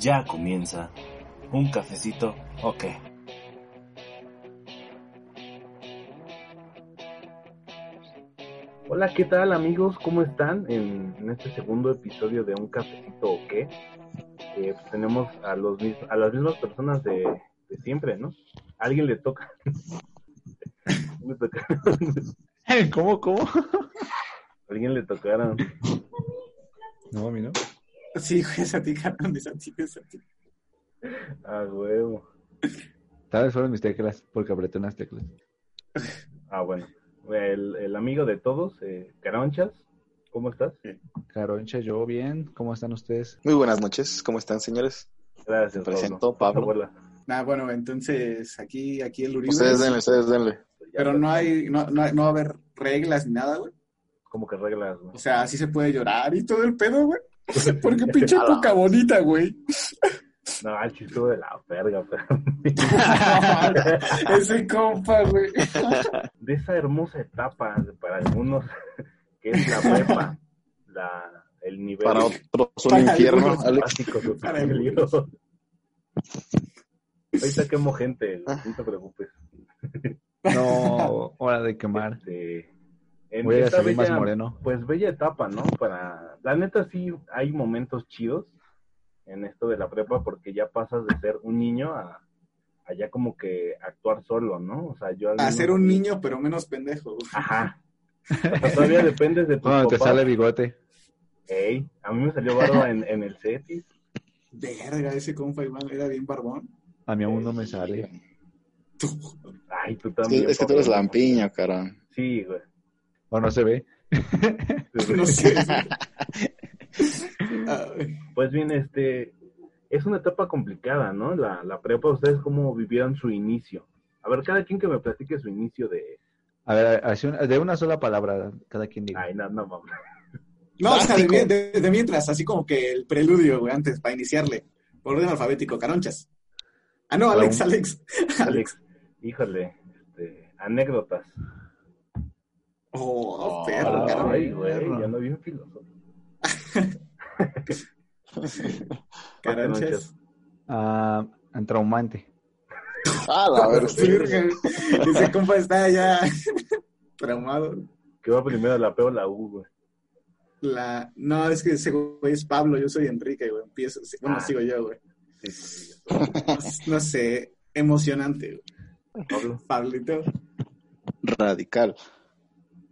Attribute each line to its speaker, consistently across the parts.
Speaker 1: ya comienza. ¿Un cafecito o qué?
Speaker 2: Hola, ¿qué tal amigos? ¿Cómo están en, en este segundo episodio de Un cafecito o qué? Eh, pues tenemos a, los, mis- a las mismas personas de, de siempre, ¿no? A alguien le toca. Le toca-
Speaker 3: ¿Cómo, cómo?
Speaker 2: a alguien le tocaron.
Speaker 3: No, a mí no.
Speaker 4: Sí, güey, es a ti, cabrón, es a ti, es a ti.
Speaker 2: A huevo.
Speaker 3: Tal vez fueron mis teclas, porque apreté unas teclas.
Speaker 2: Ah, bueno. El, el amigo de todos, eh, Caronchas. ¿Cómo estás?
Speaker 3: Caroncha, yo bien. ¿Cómo están ustedes?
Speaker 5: Muy buenas noches, ¿cómo están, señores?
Speaker 2: Gracias.
Speaker 5: Te presento,
Speaker 2: Pablo.
Speaker 5: Pablo.
Speaker 2: Abuela.
Speaker 4: Nah, bueno, entonces aquí, aquí el Uribe.
Speaker 5: Ustedes denle, ustedes denle.
Speaker 4: Pero no hay, no, no, hay- no va a haber reglas ni nada, güey.
Speaker 2: Como que reglas, ¿no?
Speaker 4: O sea, sí se puede llorar y todo el pedo, güey. Porque pinche poca bonita, güey.
Speaker 5: Pues-
Speaker 2: No, el chiste de la verga, pero...
Speaker 4: Ese compa, güey.
Speaker 2: de esa hermosa etapa para algunos que es la prepa, la, el nivel
Speaker 5: Para otros un
Speaker 4: Para
Speaker 5: infierno,
Speaker 4: algunos.
Speaker 5: Alex.
Speaker 2: básico de
Speaker 4: Para
Speaker 2: auxilio. Ahorita quemo gente, no te preocupes.
Speaker 3: No, hora de quemar.
Speaker 2: Este, en
Speaker 3: Voy a
Speaker 2: esta
Speaker 3: salir más
Speaker 2: bella-
Speaker 3: moreno.
Speaker 2: Pues bella etapa, ¿no? Para la neta sí hay momentos chidos en esto de la prepa porque ya pasas de ser un niño a, a ya como que actuar solo, ¿no? O sea, yo al
Speaker 4: A
Speaker 2: menos-
Speaker 4: ser un niño, pero menos pendejo. güey.
Speaker 2: Ajá. O sea, todavía dependes de tu
Speaker 3: Cuando te sale bigote.
Speaker 2: Ey, a mí me salió barba en, en el CETIS.
Speaker 4: Verga, ese compa Iván era bien barbón.
Speaker 3: A mí aún no me sale.
Speaker 4: Tú.
Speaker 2: Ay, tú
Speaker 5: Es
Speaker 2: también.
Speaker 5: que, es que tú
Speaker 2: Pablo.
Speaker 5: eres lampiño, carón.
Speaker 2: Sí, güey.
Speaker 3: O no se ve.
Speaker 4: No sé. güey. Ah, güey.
Speaker 2: Pues bien, este, es una etapa complicada, ¿no? La, la prepa, ustedes cómo vivieron su inicio. A ver, cada quien que me platique su inicio de...
Speaker 3: A ver, así una- de una sola palabra, cada quien diga.
Speaker 2: Ay, nada, no, mamá.
Speaker 4: No, o sea, de,
Speaker 5: Básico.
Speaker 4: mien- de- de mientras, así como que el preludio, güey, antes, para iniciarle. Por orden alfabético, caronchas. Ah, no, Alex,
Speaker 3: Aún.
Speaker 4: Alex.
Speaker 2: Alex, híjole, este, anécdotas.
Speaker 4: Oh,
Speaker 5: Oh,
Speaker 4: perro, cabrón.
Speaker 2: Ay,
Speaker 3: ay,
Speaker 2: güey,
Speaker 3: perro.
Speaker 2: ya no bien filósofo.
Speaker 4: Caronchas.
Speaker 3: Ah, en traumante.
Speaker 5: Ah, la verdad.
Speaker 4: Verga. Ese compa está ya traumado.
Speaker 2: ¿Qué va primero, la P o la U, güey?
Speaker 4: La... No, es que ese güey es Pablo, yo soy Enrique, güey. Empiezo, bueno,
Speaker 2: Ah.
Speaker 4: sigo yo, güey.
Speaker 2: Sí, sí, sí.
Speaker 4: No sé, emocionante, güey.
Speaker 2: Pablo.
Speaker 4: Pablito.
Speaker 5: Radical.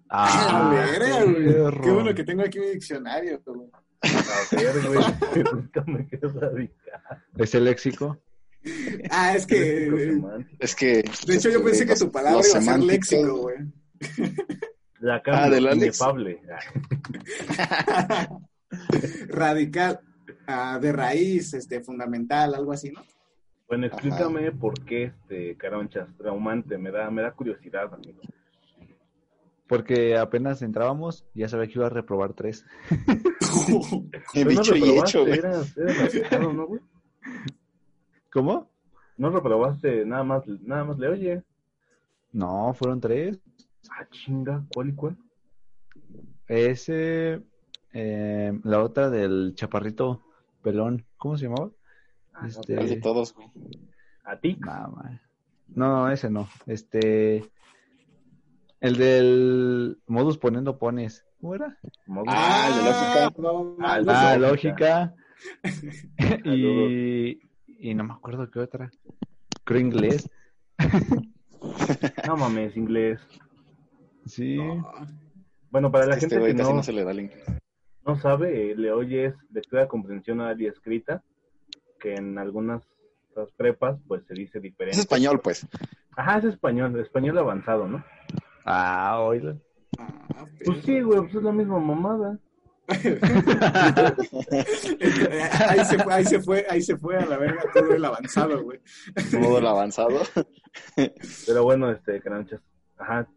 Speaker 4: Ah, verga, güey.
Speaker 3: perro.
Speaker 4: Qué bueno que tengo aquí mi diccionario, güey.
Speaker 2: A ver, güey, pregúntame qué es radical.
Speaker 3: ¿Es el léxico?
Speaker 4: Ah, es que.
Speaker 2: Psicosemántica.
Speaker 5: Es que.
Speaker 4: De hecho, yo pensé que tu palabra iba a ser léxico, güey.
Speaker 2: La
Speaker 5: Ah, del
Speaker 2: cámara,
Speaker 5: Alex.
Speaker 2: inefable.
Speaker 4: Radical, ah, de raíz, este, fundamental, algo así, ¿no?
Speaker 2: Bueno, explícame por qué este Caronchas traumante, me da, me da curiosidad, amigo.
Speaker 3: Porque apenas entrábamos, ya sabía que iba a reprobar tres.
Speaker 5: He
Speaker 2: Pero
Speaker 5: dicho y
Speaker 2: reprobaste,
Speaker 5: hecho, güey.
Speaker 2: eras, eras aceptado, ¿no, güey?
Speaker 3: ¿Cómo?
Speaker 2: No reprobaste, nada más, nada más le oye.
Speaker 3: No, fueron tres.
Speaker 2: Ah, chinga, ¿cuál y cuál?
Speaker 3: Ese, eh, la otra del chaparrito pelón, ¿cómo se llamaba?
Speaker 4: Ah,
Speaker 3: Este,
Speaker 5: Igual de todos, güey.
Speaker 2: A ti.
Speaker 3: nah, man. no, ese no. Este, el del modus poniendo pones. ¿Cómo era?
Speaker 2: Modo-
Speaker 5: Ah, la lógica.
Speaker 4: no,
Speaker 2: Ah,
Speaker 4: no,
Speaker 3: Ah,
Speaker 2: la
Speaker 3: lógica. y, y no me acuerdo qué otra. Creo inglés.
Speaker 5: Ah.
Speaker 2: No mames, inglés.
Speaker 3: Sí.
Speaker 4: no.
Speaker 2: Bueno, para la
Speaker 5: Este
Speaker 2: gente
Speaker 5: güey
Speaker 2: que
Speaker 5: casi
Speaker 2: no,
Speaker 5: no se le da el inglés.
Speaker 2: no sabe, eh, le oye es lectura de comprensión oral y escrita, que en algunas otras prepas, pues se dice
Speaker 5: Es
Speaker 2: diferente.
Speaker 5: español, pues.
Speaker 2: Ajá, es español, español avanzado, ¿no?
Speaker 3: Ah, oílo.
Speaker 4: Ah,
Speaker 2: Pues sí, güey, pues es la misma mamada.
Speaker 4: Ah, pero- ahí se fue, ahí se fue, ahí se fue a la verga todo el avanzado, güey.
Speaker 5: Modo el avanzado.
Speaker 2: Pero bueno, este, Caronchas, ajá,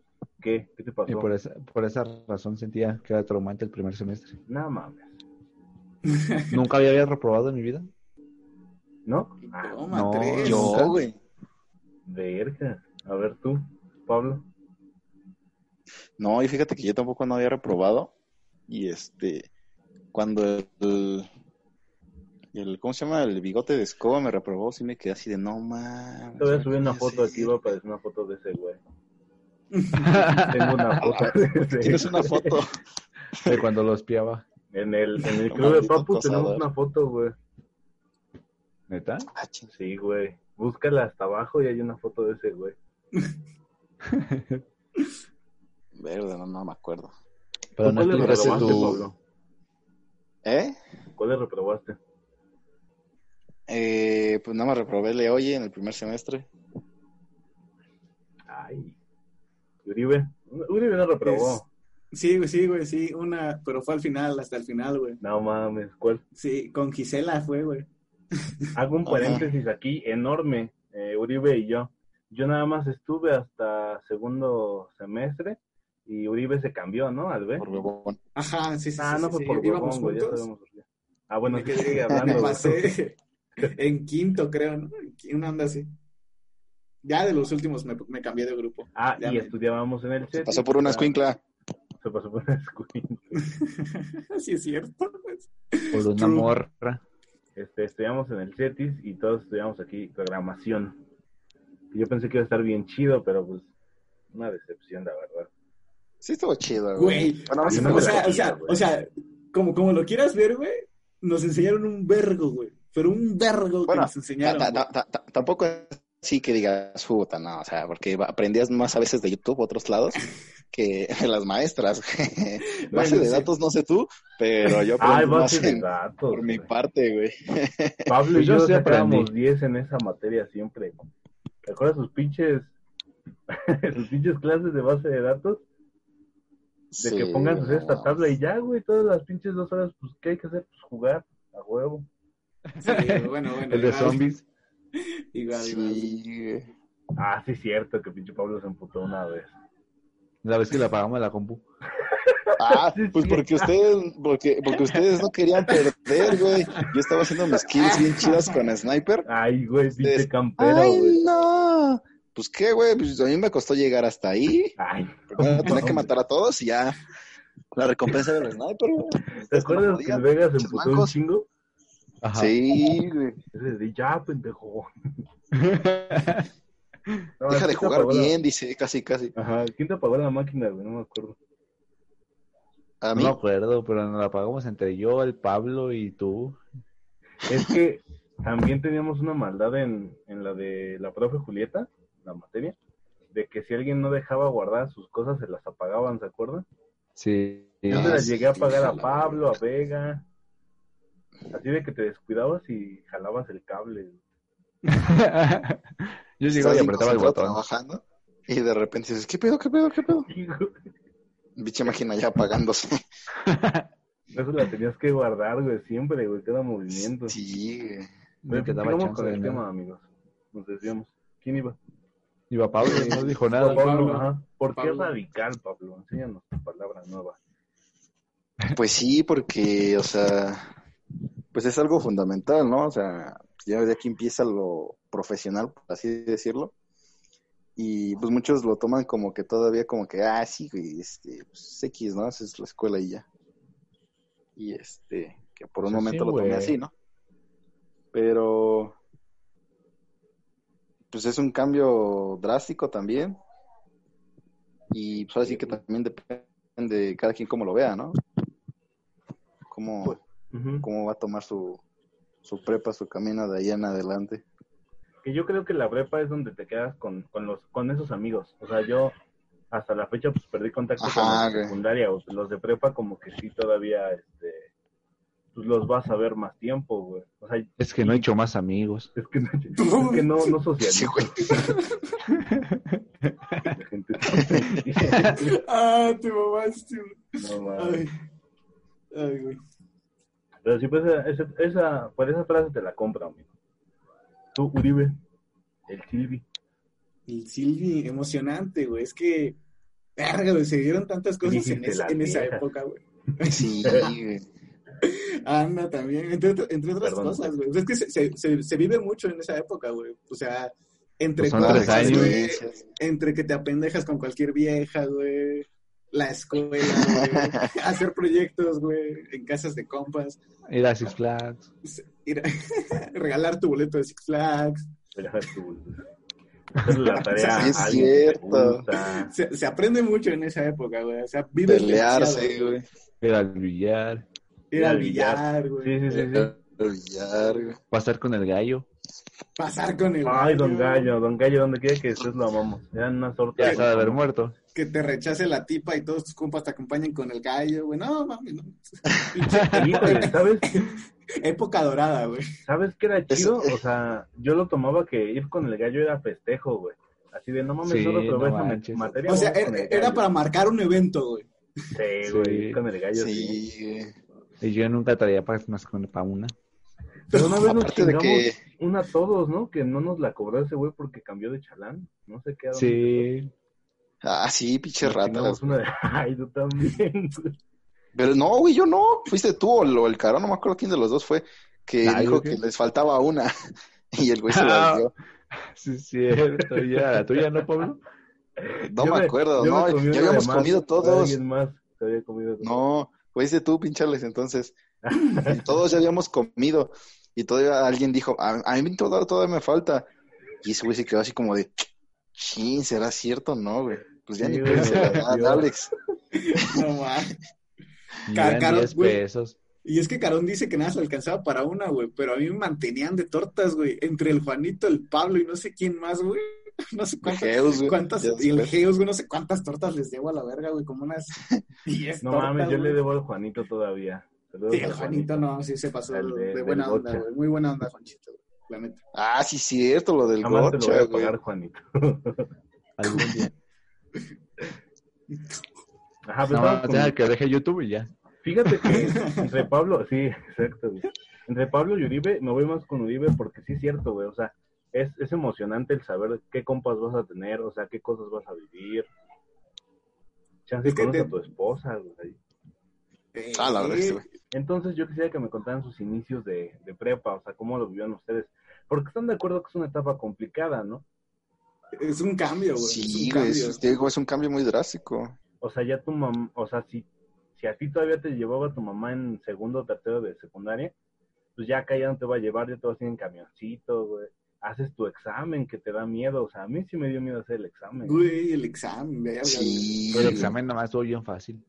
Speaker 2: ¿qué? ¿Qué te pasó?
Speaker 3: Y por esa, por esa razón sentía que era traumante el primer semestre.
Speaker 2: Nada mames,
Speaker 3: Nunca había había reprobado en mi vida.
Speaker 2: ¿no? Ah,
Speaker 4: Toma,
Speaker 3: no,
Speaker 4: tres.
Speaker 3: yo-
Speaker 5: No, güey.
Speaker 2: verga. A ver tú, Pablo.
Speaker 5: No, y fíjate que yo tampoco no había reprobado. Y este, cuando el, Y el, ¿Cómo se llama? El bigote de escoba me reprobó. Sí me quedé así de no mames.
Speaker 2: Te voy a subir una foto
Speaker 5: Sí.
Speaker 2: aquí, va a aparecer una foto de ese güey. Tengo una foto de ese
Speaker 5: Tienes una
Speaker 2: güey.
Speaker 5: foto.
Speaker 3: de cuando los piaba.
Speaker 2: En el, en el
Speaker 5: No,
Speaker 2: club de
Speaker 5: maldito
Speaker 2: Papu tenemos
Speaker 5: acosador.
Speaker 2: una foto, güey.
Speaker 3: ¿Neta?
Speaker 5: Ah, ching.
Speaker 2: Sí, güey. Búscala hasta abajo y hay una foto de ese güey.
Speaker 5: Verde, no, no me acuerdo.
Speaker 6: Pero
Speaker 2: ¿Tú
Speaker 6: no
Speaker 2: ¿Cuál le
Speaker 6: explicaste
Speaker 2: reprobaste,
Speaker 6: tu...
Speaker 2: Pablo?
Speaker 5: ¿Eh?
Speaker 2: ¿Cuál le reprobaste?
Speaker 5: Eh, pues nada más reprobé le oye en el primer semestre.
Speaker 2: Ay. Uribe. Uribe no reprobó.
Speaker 4: Es- Sí, güey, sí, güey, sí, una, pero fue al final, hasta el final, güey.
Speaker 2: No mames, ¿cuál?
Speaker 4: Sí, con Gisela fue, güey.
Speaker 2: Hago un
Speaker 5: Ajá.
Speaker 2: paréntesis aquí enorme, eh, Uribe y yo. Yo nada más estuve hasta segundo semestre y Uribe se cambió, ¿no? Al ver.
Speaker 5: Por huevón.
Speaker 4: Ajá, sí, sí,
Speaker 2: Ah,
Speaker 4: sí,
Speaker 2: no
Speaker 4: sí,
Speaker 2: fue
Speaker 4: sí,
Speaker 2: por
Speaker 4: íbamos
Speaker 2: huevón, güey, ya
Speaker 4: juntos.
Speaker 2: sabemos. Ah, bueno,
Speaker 4: me
Speaker 2: sí,
Speaker 4: quedé-
Speaker 2: sigue
Speaker 4: me
Speaker 2: hablando. güey.
Speaker 4: pasé en quinto, creo, ¿no? En qui- Una onda así. Ya de los últimos me, me cambié de grupo.
Speaker 2: Ah,
Speaker 4: Ya
Speaker 2: y
Speaker 4: me-
Speaker 2: estudiábamos en el
Speaker 5: Se
Speaker 2: CETI.
Speaker 5: pasó por una
Speaker 2: Ah,
Speaker 5: escuincla.
Speaker 2: Se pasó por una escuela.
Speaker 4: sí, es cierto. pues.
Speaker 3: Por una
Speaker 4: True.
Speaker 3: morra.
Speaker 2: Este, estudiamos en el CETIS y todos estudiamos aquí programación. Y Yo pensé que iba a estar bien chido, pero pues una decepción, la verdad.
Speaker 5: Sí, estuvo chido, güey.
Speaker 4: Güey,
Speaker 5: Bueno,
Speaker 2: a
Speaker 5: Ah, no
Speaker 2: mí no
Speaker 5: sé
Speaker 2: me
Speaker 5: cómo
Speaker 4: o
Speaker 2: la
Speaker 4: sea, o
Speaker 2: comía,
Speaker 4: sea,
Speaker 2: güey.
Speaker 4: o sea, como, como lo quieras ver, güey, nos enseñaron un vergo, güey. Pero un vergo
Speaker 5: Bueno,
Speaker 4: que nos
Speaker 5: Ta-
Speaker 4: enseñaron.
Speaker 5: ta-
Speaker 4: güey.
Speaker 2: pues.
Speaker 5: ta- ta- ta- tampoco es así que digas, puta, no, o sea, porque va- aprendías más a veces de YouTube, otros lados, que las maestras. güey. Base
Speaker 4: Bueno,
Speaker 5: de
Speaker 4: sí.
Speaker 5: datos, no sé tú, pero yo aprendí
Speaker 2: Ay,
Speaker 5: más
Speaker 2: base de
Speaker 5: en-
Speaker 2: datos.
Speaker 5: por mi
Speaker 2: güey.
Speaker 5: parte, güey.
Speaker 2: Pablo y
Speaker 3: Pues yo
Speaker 2: yo
Speaker 3: sí
Speaker 2: sacábamos
Speaker 3: aprendí.
Speaker 2: 10 en esa materia siempre. ¿Te acuerdas sus pinches, sus pinches clases de base de datos? De que
Speaker 5: Sí,
Speaker 2: pongan sus-
Speaker 5: no,
Speaker 2: esta
Speaker 5: no.
Speaker 2: tabla y ya, güey, todas las pinches dos horas, pues, ¿qué hay que hacer? Pues jugar, a huevo.
Speaker 4: Sí, güey, bueno, bueno.
Speaker 3: El de
Speaker 4: igual,
Speaker 3: zombies.
Speaker 4: Igual, igual.
Speaker 5: Sí, güey.
Speaker 2: Ah, sí, cierto, que pinche Pablo se emputó una vez.
Speaker 3: La vez que le apagamos la compu.
Speaker 5: Ah,
Speaker 2: Sí,
Speaker 5: pues
Speaker 2: sí.
Speaker 5: porque ustedes, porque, porque ustedes no querían perder, güey. Yo estaba haciendo mis kills bien chidas con Sniper.
Speaker 2: Ay, güey, pinche
Speaker 5: Ustedes-
Speaker 2: campero,
Speaker 5: Este, ¡Ay,
Speaker 2: güey.
Speaker 5: no! Pues qué, güey, pues a mí me costó llegar hasta ahí.
Speaker 2: Ay,
Speaker 5: Primero tenía que matar a todos y ya la recompensa del sniper, güey.
Speaker 2: ¿te
Speaker 5: Ustedes no
Speaker 2: acuerdas que
Speaker 5: podían.
Speaker 2: el Vega se
Speaker 5: pinches
Speaker 2: emputó un
Speaker 5: bancos.
Speaker 2: chingo?
Speaker 3: Ajá.
Speaker 5: Sí, güey.
Speaker 2: Ese de ya, pendejo. No,
Speaker 5: Deja de
Speaker 2: ¿quién te
Speaker 5: jugar
Speaker 2: apagó la-
Speaker 5: bien, dice, casi, casi.
Speaker 2: Ajá, ¿quién te apagó la máquina, güey? No me acuerdo.
Speaker 5: A
Speaker 3: No
Speaker 5: mí,
Speaker 3: me acuerdo, pero nos la pagamos entre yo, el Pablo y tú.
Speaker 2: Es que también teníamos una maldad en, en la de la profe Julieta, la materia, de que si alguien no dejaba guardar sus cosas, se las apagaban, ¿se acuerdan?
Speaker 3: Sí.
Speaker 2: Yo se las
Speaker 5: Ah, sí,
Speaker 2: llegué a apagar a
Speaker 5: la
Speaker 2: Pablo, a Vega. Así de que te descuidabas y jalabas el cable.
Speaker 3: yo llegaba
Speaker 5: estaba
Speaker 3: y
Speaker 5: bien
Speaker 3: apretaba el
Speaker 5: concentrado
Speaker 3: botón.
Speaker 5: trabajando y de repente dices, ¿qué pedo, qué pedo, qué pedo? Bicha máquina ya apagándose.
Speaker 2: Eso la tenías que guardar, güey, siempre, güey, cada movimiento.
Speaker 5: Sí, güey.
Speaker 3: No
Speaker 2: Pero
Speaker 3: te daba
Speaker 2: sigamos
Speaker 3: chance
Speaker 2: con
Speaker 3: de
Speaker 2: el
Speaker 3: nada.
Speaker 2: tema, amigos. Nos decíamos. ¿Quién iba?
Speaker 3: Iba Pablo y no dijo nada.
Speaker 4: Pablo,
Speaker 2: ajá. ¿Por qué
Speaker 4: Pablo.
Speaker 2: radical, Pablo? Enséñanos tu palabra nueva.
Speaker 5: Pues sí, porque, o sea, pues es algo fundamental, ¿no? O sea, ya de aquí empieza lo profesional, por así decirlo. Y pues muchos lo toman como que todavía como que, ah, sí, güey, este, pues X, ¿no? Esa es la escuela y ya. Y este, que por un
Speaker 3: Pues sí,
Speaker 5: momento lo tomé
Speaker 3: güey.
Speaker 5: así, ¿no? Pero, pues es un cambio drástico también. Y pues ahora sí que también depende de cada quien cómo lo vea, ¿no? Cómo,
Speaker 2: Ujú.
Speaker 5: cómo va a tomar su, su prepa, su camino de ahí en adelante.
Speaker 2: que yo creo que la prepa es donde te quedas con, con los con esos amigos. O sea, yo hasta la fecha pues perdí contacto
Speaker 5: Ajá,
Speaker 2: con los de
Speaker 5: güey.
Speaker 2: secundaria o los de prepa como que sí todavía este pues los vas a ver más tiempo, güey. O sea,
Speaker 3: Es que no he hecho más amigos.
Speaker 2: es que no es que no, no socializo. La gente
Speaker 4: Ah, te mamaste, güey.
Speaker 2: no, mames.
Speaker 4: Ay. Ay, güey.
Speaker 2: Pero sí pues esa, esa, esa- por esa frase te la compra, amigo. Tú Uribe, el Silvi.
Speaker 4: El Silvi, emocionante, güey. Es que, verga, güey, se dieron tantas cosas en,
Speaker 2: Dijiste
Speaker 4: es-
Speaker 2: las
Speaker 4: en esa
Speaker 2: viejas.
Speaker 4: época, güey.
Speaker 5: Sí, güey.
Speaker 4: Anda también, entre, otro- entre otras
Speaker 2: Perdón.
Speaker 4: cosas, güey. Es que se, se- se- se vive mucho en esa época, güey. O sea, entre
Speaker 3: Pues son tres
Speaker 4: cosas,
Speaker 3: años.
Speaker 4: güey, entre que te apendejas con cualquier vieja, güey. la escuela, güey, hacer proyectos, güey, en casas de compas,
Speaker 3: Ir a Six Flags.
Speaker 4: ir a- regalar tu boleto de Six Flags.
Speaker 2: Deja tu- hacerle la tarea
Speaker 5: Sí, es
Speaker 2: a alguien que te
Speaker 5: cierto.
Speaker 2: gusta.
Speaker 4: Se, se aprende mucho en esa época, güey. O sea, vive
Speaker 5: Pelearse, güey.
Speaker 3: Ir al billar.
Speaker 4: Ir al billar, güey.
Speaker 2: Sí, sí, sí, sí.
Speaker 5: Pelear, güey.
Speaker 3: Pasar con el gallo.
Speaker 4: Pasar con el
Speaker 2: Ay, don Gallo, don Gallo, donde quiera que estés lo amamos. Eran una sorte.
Speaker 3: Ya se ha de haber muerto.
Speaker 4: Que te rechace la tipa y todos tus compas te acompañen con el gallo, güey. No, mami, no.
Speaker 2: Híjole, ¿sabes?
Speaker 4: Época dorada, güey.
Speaker 2: ¿Sabes qué era
Speaker 5: Eso-
Speaker 2: chido? O sea, yo lo tomaba que ir con el gallo era festejo, güey. Así de, no mames,
Speaker 3: Sí,
Speaker 2: solo probé
Speaker 3: no
Speaker 2: esa
Speaker 3: manches.
Speaker 2: materia.
Speaker 4: O sea,
Speaker 2: vamos con
Speaker 4: era,
Speaker 2: el
Speaker 4: era
Speaker 2: gallo.
Speaker 4: para marcar un evento, güey.
Speaker 2: Sí, güey, ir con el gallo, sí.
Speaker 5: Sí, güey.
Speaker 3: Y yo nunca traía para más que para una.
Speaker 2: Pero una vez nos
Speaker 5: Aparte de
Speaker 2: chingamos
Speaker 5: que.
Speaker 2: una a todos, ¿no? Que no nos la cobró ese güey porque cambió de chalán. No sé qué. a dónde
Speaker 3: Sí.
Speaker 5: Ah, sí, pinche
Speaker 2: nos chingamos
Speaker 5: ratas.
Speaker 2: Una de... Ay, tú también. güey.
Speaker 5: Pero no, güey, yo no. Fuiste tú o lo- el caro, no me acuerdo quién de los dos fue, que
Speaker 3: Ay,
Speaker 5: dijo
Speaker 3: güey, ¿qué?
Speaker 5: que les faltaba una. Y el güey se
Speaker 2: Ah,
Speaker 5: la dio.
Speaker 3: Sí, es cierto. Ya, la tuya, ¿no, Pablo?
Speaker 5: No
Speaker 2: Yo
Speaker 5: me, acuerdo,
Speaker 2: yo me
Speaker 5: no,
Speaker 2: comí
Speaker 5: ya
Speaker 2: una
Speaker 5: habíamos
Speaker 2: de más,
Speaker 5: comido todos.
Speaker 2: Alguien más se había comido.
Speaker 5: No, fuiste tú, pincharles, entonces. Y todos ya habíamos comido. Y todavía alguien dijo, a, a mí todavía, todavía me falta. Y ese güey se quedó así como de, sí, ¿será cierto o no, güey? Pues ya
Speaker 2: Sí,
Speaker 5: ni
Speaker 2: güey,
Speaker 5: pedo se la
Speaker 2: no,
Speaker 5: dan,
Speaker 2: Dios.
Speaker 5: Alex.
Speaker 4: No, mames.
Speaker 3: Ya en
Speaker 4: Caro,
Speaker 3: 10
Speaker 4: güey.
Speaker 3: pesos.
Speaker 4: Y es que Carón dice que nada se alcanzaba para una, güey, pero a mí me mantenían de tortas, güey, entre el Juanito, el Pablo y no sé quién más, güey. No sé cuántas,
Speaker 5: Jeus, güey.
Speaker 4: cuántas
Speaker 5: Ya
Speaker 4: y el
Speaker 5: después.
Speaker 4: Geos, güey, no sé cuántas tortas les debo a la verga, güey, como unas 10
Speaker 2: No
Speaker 4: tortas.
Speaker 2: mames, yo
Speaker 4: güey.
Speaker 2: le debo al Juanito todavía. Saludos
Speaker 4: Sí, el
Speaker 2: al
Speaker 4: Juanito no, sí se pasó
Speaker 2: Al de-
Speaker 4: de,
Speaker 2: del
Speaker 4: buena onda,
Speaker 2: Gocha.
Speaker 4: güey, muy buena onda, Juanchito, güey, la neta.
Speaker 5: Ah, sí, cierto, lo del
Speaker 2: Jamás te lo voy
Speaker 5: gocha,
Speaker 2: a
Speaker 5: güey.
Speaker 2: pagar, Juanito.
Speaker 3: Algún día. Nada
Speaker 2: Ajá, pero estabas
Speaker 3: más
Speaker 2: Ah, pues con-
Speaker 3: deja que deje YouTube y ya.
Speaker 2: Fíjate que entre Pablo, sí, exacto, güey. Entre Pablo y Uribe, me voy más con Uribe porque sí es cierto, güey. O sea, es, es emocionante el saber qué compas vas a tener, o sea, qué cosas vas a vivir. Chance
Speaker 4: Es que
Speaker 2: conoces
Speaker 4: te-
Speaker 2: a tu esposa, güey.
Speaker 4: Eh,
Speaker 5: Ah, la
Speaker 4: sí,
Speaker 5: verdad, sí, güey.
Speaker 2: Entonces yo quisiera que me contaran sus inicios de, de prepa, o sea, cómo lo vivieron ustedes. Porque están de acuerdo que es una etapa complicada, ¿no?
Speaker 4: es un cambio, güey, es un
Speaker 5: Sí, güey,
Speaker 4: cambio.
Speaker 5: es, te digo, es un cambio muy drástico.
Speaker 2: O sea, ya tu mamá, o sea, si, si a ti todavía te llevaba tu mamá en segundo o tercero de secundaria, pues ya acá ya no te va a llevar, ya te vas a ir en camioncito, güey. Haces tu examen que te da miedo, o sea, a mí sí me dio miedo hacer el examen.
Speaker 4: Güey, el examen, verga, güey.
Speaker 5: Sí,
Speaker 3: Pero el
Speaker 5: güey.
Speaker 3: examen nada más estuvo bien fácil.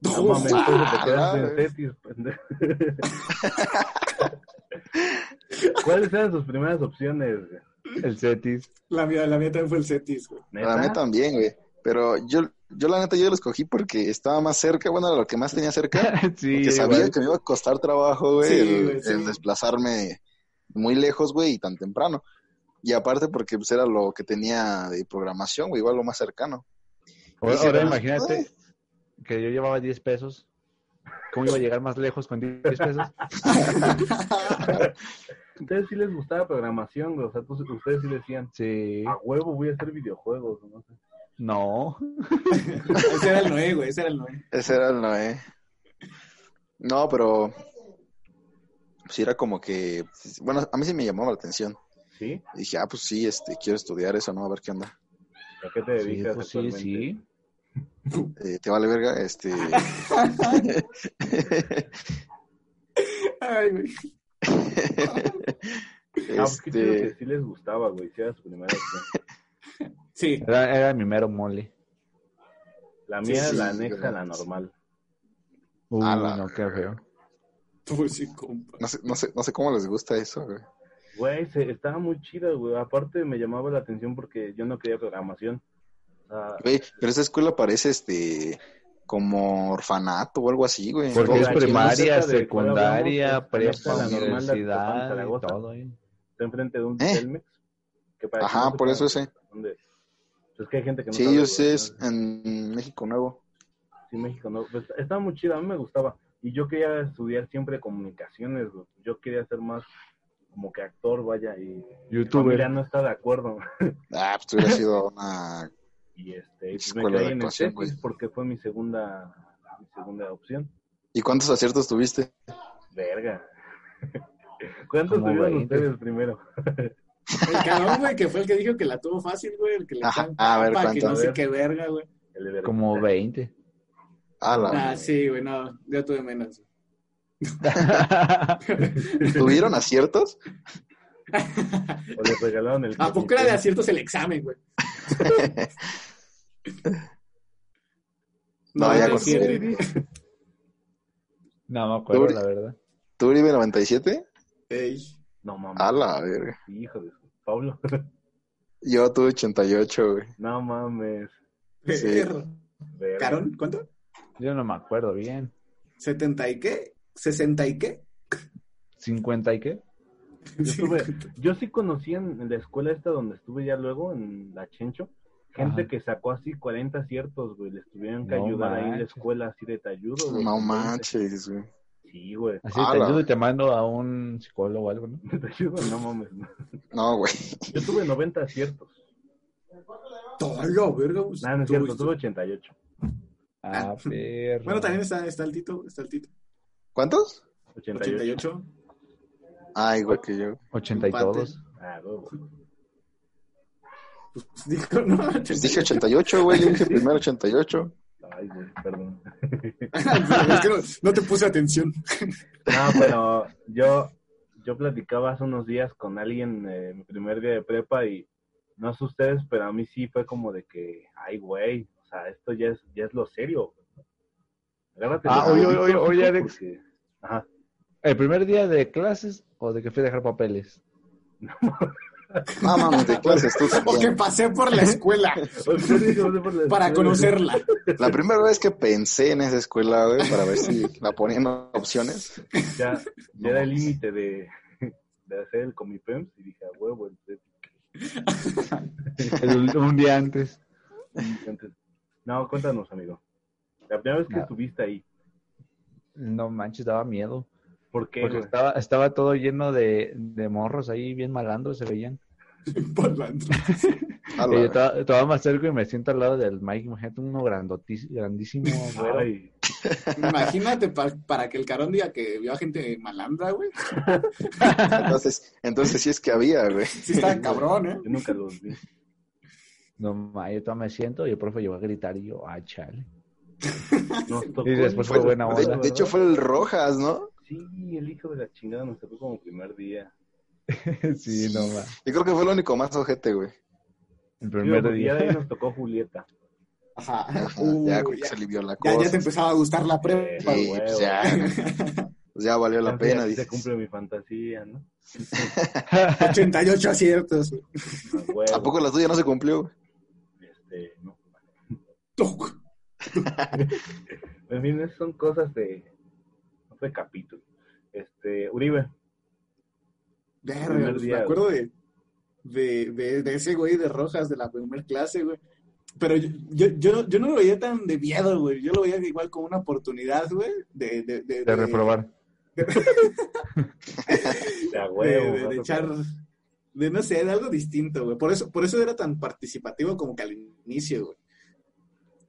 Speaker 2: No
Speaker 4: No,
Speaker 2: mames, entonces te quedaste
Speaker 5: ah,
Speaker 2: en Cetis, pendejo. ¿Cuáles eran sus primeras opciones? güey?
Speaker 3: El Cetis.
Speaker 4: la mía, la mía también fue el Cetis, güey.
Speaker 2: ¿Neta?
Speaker 5: La mía también, güey. Pero yo, yo la neta, yo lo escogí porque estaba más cerca, bueno, lo que más tenía cerca.
Speaker 3: Sí,
Speaker 5: que sabía
Speaker 3: igual.
Speaker 5: que me iba a costar trabajo, güey,
Speaker 4: Sí,
Speaker 5: el,
Speaker 4: güey, sí.
Speaker 5: el desplazarme muy lejos, güey, y tan temprano. Y aparte porque pues, era lo que tenía de programación, güey, igual lo más cercano.
Speaker 3: Ahora,
Speaker 5: Dice,
Speaker 3: ahora
Speaker 5: "Ah,
Speaker 3: imagínate
Speaker 5: güey".
Speaker 3: que yo llevaba 10 pesos. ¿Cómo iba a llegar más lejos con 10 pesos?
Speaker 2: Ustedes sí les gustaba programación, güey, o sea, tú- ustedes sí decían,
Speaker 3: Sí.
Speaker 2: a huevo voy a hacer videojuegos, no sé.
Speaker 3: No.
Speaker 4: Ese era el Noé, güey, ese era el Noé.
Speaker 5: Ese era el Noé. No, pero pues era como que, bueno, a mí sí me llamaba la atención.
Speaker 2: ¿Sí?
Speaker 5: Y dije, ah, pues sí, este, quiero estudiar eso, ¿no? A ver qué onda.
Speaker 2: ¿A qué te
Speaker 3: Sí,
Speaker 2: dedicas
Speaker 3: pues sí,
Speaker 2: actualmente?
Speaker 3: sí.
Speaker 5: Eh, ¿Te vale verga? Este...
Speaker 4: Ay, güey.
Speaker 2: Ah, pues qué chido que
Speaker 5: este...
Speaker 2: sí les gustaba, güey, si era su primera opción.
Speaker 4: Sí,
Speaker 3: Era, era mi mero mole.
Speaker 2: La
Speaker 4: Sí,
Speaker 2: mía,
Speaker 5: sí,
Speaker 2: la
Speaker 5: sí,
Speaker 2: anexa,
Speaker 5: sí.
Speaker 2: la normal.
Speaker 3: Uy,
Speaker 5: A la
Speaker 3: no, qué feo.
Speaker 4: pues sí, compa.
Speaker 5: No sé, no, sé, no sé cómo les gusta eso, güey.
Speaker 2: Güey, se- estaba muy chida, güey. Aparte me llamaba la atención porque yo no quería programación. Ah,
Speaker 5: Güey, pero esa escuela parece este como orfanato o algo así, güey.
Speaker 3: Porque
Speaker 5: Todo
Speaker 3: es
Speaker 5: aquí, ¿no?
Speaker 3: primaria,
Speaker 2: cerca de cuál hablamos,
Speaker 3: secundaria,
Speaker 2: pues,
Speaker 3: prepa,
Speaker 2: la normal, la que estaba en
Speaker 3: universidad, y
Speaker 2: Zaragoza.
Speaker 3: todo. ¿eh?
Speaker 2: está enfrente de un
Speaker 5: ¿Eh?
Speaker 2: Telmex. Que para
Speaker 5: Ajá, por eso sé.
Speaker 2: Donde... Es Pues, que hay gente que no
Speaker 5: Sí,
Speaker 2: sabe,
Speaker 5: yo
Speaker 2: güey,
Speaker 5: sé, es
Speaker 2: entonces,
Speaker 5: en México Nuevo.
Speaker 2: Sí, México, no. Pues, estaba muy chida, a mí me gustaba. Y yo quería estudiar siempre comunicaciones, güey. Yo quería ser más como que actor, vaya. Y mi familia
Speaker 3: Youtuber.
Speaker 2: no está de acuerdo.
Speaker 5: Ah, pues hubiera sido una...
Speaker 2: y este pues, me
Speaker 5: Escuela
Speaker 2: quedé
Speaker 5: de
Speaker 2: en el
Speaker 5: actuación,
Speaker 2: Cetis
Speaker 3: pues.
Speaker 5: güey.
Speaker 2: porque fue mi segunda mi segunda opción
Speaker 5: ¿Y cuántos aciertos tuviste?
Speaker 2: verga ¿cuántos
Speaker 3: Como
Speaker 2: tuvieron
Speaker 3: 20.
Speaker 2: ustedes primero?
Speaker 4: El cabrón, güey, que fue el que dijo que la tuvo fácil, güey, el que le
Speaker 5: Ajá,
Speaker 4: echaron
Speaker 5: a ver,
Speaker 4: tapa, que
Speaker 5: ¿cuánto?
Speaker 4: no sé qué verga, güey.
Speaker 2: El de-
Speaker 3: Como 20.
Speaker 5: A la
Speaker 4: Ah,
Speaker 5: madre.
Speaker 4: sí, güey, no, ya tuve menos.
Speaker 5: ¿Tuvieron aciertos?
Speaker 2: O les regalaron el
Speaker 4: ¿A poco
Speaker 2: cafecito.
Speaker 4: era de aciertos el examen, güey?
Speaker 5: No,
Speaker 4: No,
Speaker 5: ya
Speaker 4: no
Speaker 5: con
Speaker 4: es cierto.
Speaker 3: no me acuerdo,
Speaker 5: Duri-
Speaker 3: la verdad.
Speaker 5: ¿Tú, Uribe 97?
Speaker 4: Ey,
Speaker 2: No mames.
Speaker 5: A la verga.
Speaker 2: Hijo de su- Pablo.
Speaker 5: Yo tuve 88, güey.
Speaker 2: no mames.
Speaker 5: Sí.
Speaker 4: perro.
Speaker 2: Verga.
Speaker 4: ¿Carón? ¿Cuánto?
Speaker 3: Yo no me acuerdo bien.
Speaker 4: ¿70 y qué? ¿60 y qué?
Speaker 3: ¿50 y qué?
Speaker 2: Yo,
Speaker 4: Sí.
Speaker 2: estuve- yo sí conocí en, en la escuela esta donde estuve ya luego, en la Chencho, gente
Speaker 3: Ajá.
Speaker 2: que sacó así 40 aciertos, güey. Les tuvieron que
Speaker 3: No
Speaker 2: ayudar ahí en la
Speaker 3: manches.
Speaker 2: escuela así de talludo, güey.
Speaker 5: No
Speaker 2: Entonces,
Speaker 5: manches, güey.
Speaker 2: Sí, güey.
Speaker 3: Así
Speaker 5: A
Speaker 3: te
Speaker 5: la
Speaker 3: ayudo y
Speaker 5: verga.
Speaker 3: te mando a un psicólogo o algo, ¿no?
Speaker 2: Talludo, no mames. no.
Speaker 5: No, güey.
Speaker 2: Yo tuve 90 aciertos.
Speaker 4: Tolo, verga, güey.
Speaker 2: Nada, no es
Speaker 4: Tú,
Speaker 2: cierto,
Speaker 4: güey.
Speaker 2: tuve 88.
Speaker 3: Ah,
Speaker 4: Ah.
Speaker 3: perro.
Speaker 4: Bueno, también está, está altito, está altito.
Speaker 5: ¿Cuántos?
Speaker 2: 88.
Speaker 4: 88.
Speaker 5: Ay, igual que yo.
Speaker 3: 80 y
Speaker 4: empate.
Speaker 3: todos.
Speaker 2: Ah, huevo.
Speaker 4: Pues dijo, no, 88.
Speaker 5: Pues dije 88, güey. Yo dije primero 88.
Speaker 2: Ay, güey, perdón.
Speaker 4: es que no, no te puse atención.
Speaker 2: No, pero yo, yo platicaba hace unos días con alguien eh, mi primer día de prepa y no sé ustedes, pero a mí sí fue como de que, ay, güey, o sea, esto ya es, ya es lo serio. Agárrate.
Speaker 3: Ah,
Speaker 2: los
Speaker 3: oye,
Speaker 2: huevitos,
Speaker 3: oye, oye,
Speaker 2: hijo,
Speaker 3: Alex.
Speaker 2: porque- Ajá.
Speaker 3: ¿El primer día de clases o de que fui a dejar papeles?
Speaker 5: Ah, mames, de clases tú
Speaker 4: O que
Speaker 5: también.
Speaker 4: pasé por la escuela para conocerla.
Speaker 5: La primera vez que pensé en esa escuela, güey, para ver si la ponían opciones.
Speaker 2: Ya, ya era el límite de, de hacer el comipem y dije, a huevo, el prep".
Speaker 3: El- un día antes.
Speaker 2: Entonces, no, cuéntanos, amigo. La primera vez que
Speaker 3: No.
Speaker 2: estuviste ahí,
Speaker 3: No manches, daba miedo.
Speaker 2: ¿por qué?
Speaker 3: Porque
Speaker 2: güey?
Speaker 3: estaba, estaba todo lleno de, de morros ahí, bien malandros se veían.
Speaker 4: Por la-
Speaker 5: A
Speaker 3: Y
Speaker 5: la
Speaker 3: yo
Speaker 5: verga.
Speaker 3: estaba, estaba más cerca y me siento al lado del Mike. Imagínate uno grandotis- grandísimo. güero.
Speaker 2: Ay,
Speaker 4: Imagínate pa- para que el carón diga que vio a gente malandra, güey.
Speaker 5: Entonces, entonces sí es que había, güey.
Speaker 4: Sí está cabrón, ¿eh?
Speaker 2: yo nunca los vi.
Speaker 3: No ma, yo todavía me siento y el profe llegó a gritar y yo, ah, chale.
Speaker 2: Nos tocó
Speaker 3: Y después fue
Speaker 2: el-
Speaker 3: buena
Speaker 5: De,
Speaker 3: onda.
Speaker 5: de hecho, fue el Rojas, ¿no?
Speaker 2: Sí, el hijo de la chingada nos tocó como primer día.
Speaker 3: sí, no ma.
Speaker 5: Yo creo que fue el único más ojete, güey.
Speaker 3: El
Speaker 2: Primer
Speaker 3: primer
Speaker 2: día
Speaker 3: día.
Speaker 2: pues, de ahí nos tocó Julieta.
Speaker 4: Ajá.
Speaker 5: Ajá,
Speaker 4: Uh,
Speaker 5: Ah, ya, como que
Speaker 4: ya,
Speaker 5: se alivió la
Speaker 4: ya-
Speaker 5: cosa.
Speaker 4: ya te empezaba a gustar la
Speaker 2: Eh,
Speaker 4: prepa,
Speaker 5: Sí,
Speaker 4: güey.
Speaker 5: pues ya. Pues ya valió la
Speaker 2: Ya
Speaker 5: pena,
Speaker 2: se-
Speaker 5: dices.
Speaker 2: Se cumple mi fantasía, ¿no?
Speaker 4: 88 aciertos, güey.
Speaker 2: A huevo,
Speaker 5: ¿A poco la tuya no se cumplió? güey?
Speaker 2: Este, no.
Speaker 4: Toc.
Speaker 2: En fin, son cosas de otro capítulo. Este, Uribe,
Speaker 4: Verga,
Speaker 2: Primer
Speaker 4: pues,
Speaker 2: día,
Speaker 4: me acuerdo de, de, de- de ese güey de Rojas de la primer clase, güey. Pero yo, yo, yo, no- yo no lo veía tan de miedo, güey. Yo lo veía igual como una oportunidad, güey, de, de,
Speaker 3: De
Speaker 4: de, de-
Speaker 3: reprobar.
Speaker 2: de a
Speaker 4: de-
Speaker 2: huevo.
Speaker 4: de- de
Speaker 2: ¿no?
Speaker 4: echar, de no sé, de algo distinto, güey. Por eso, por eso era tan participativo como que al inicio, güey.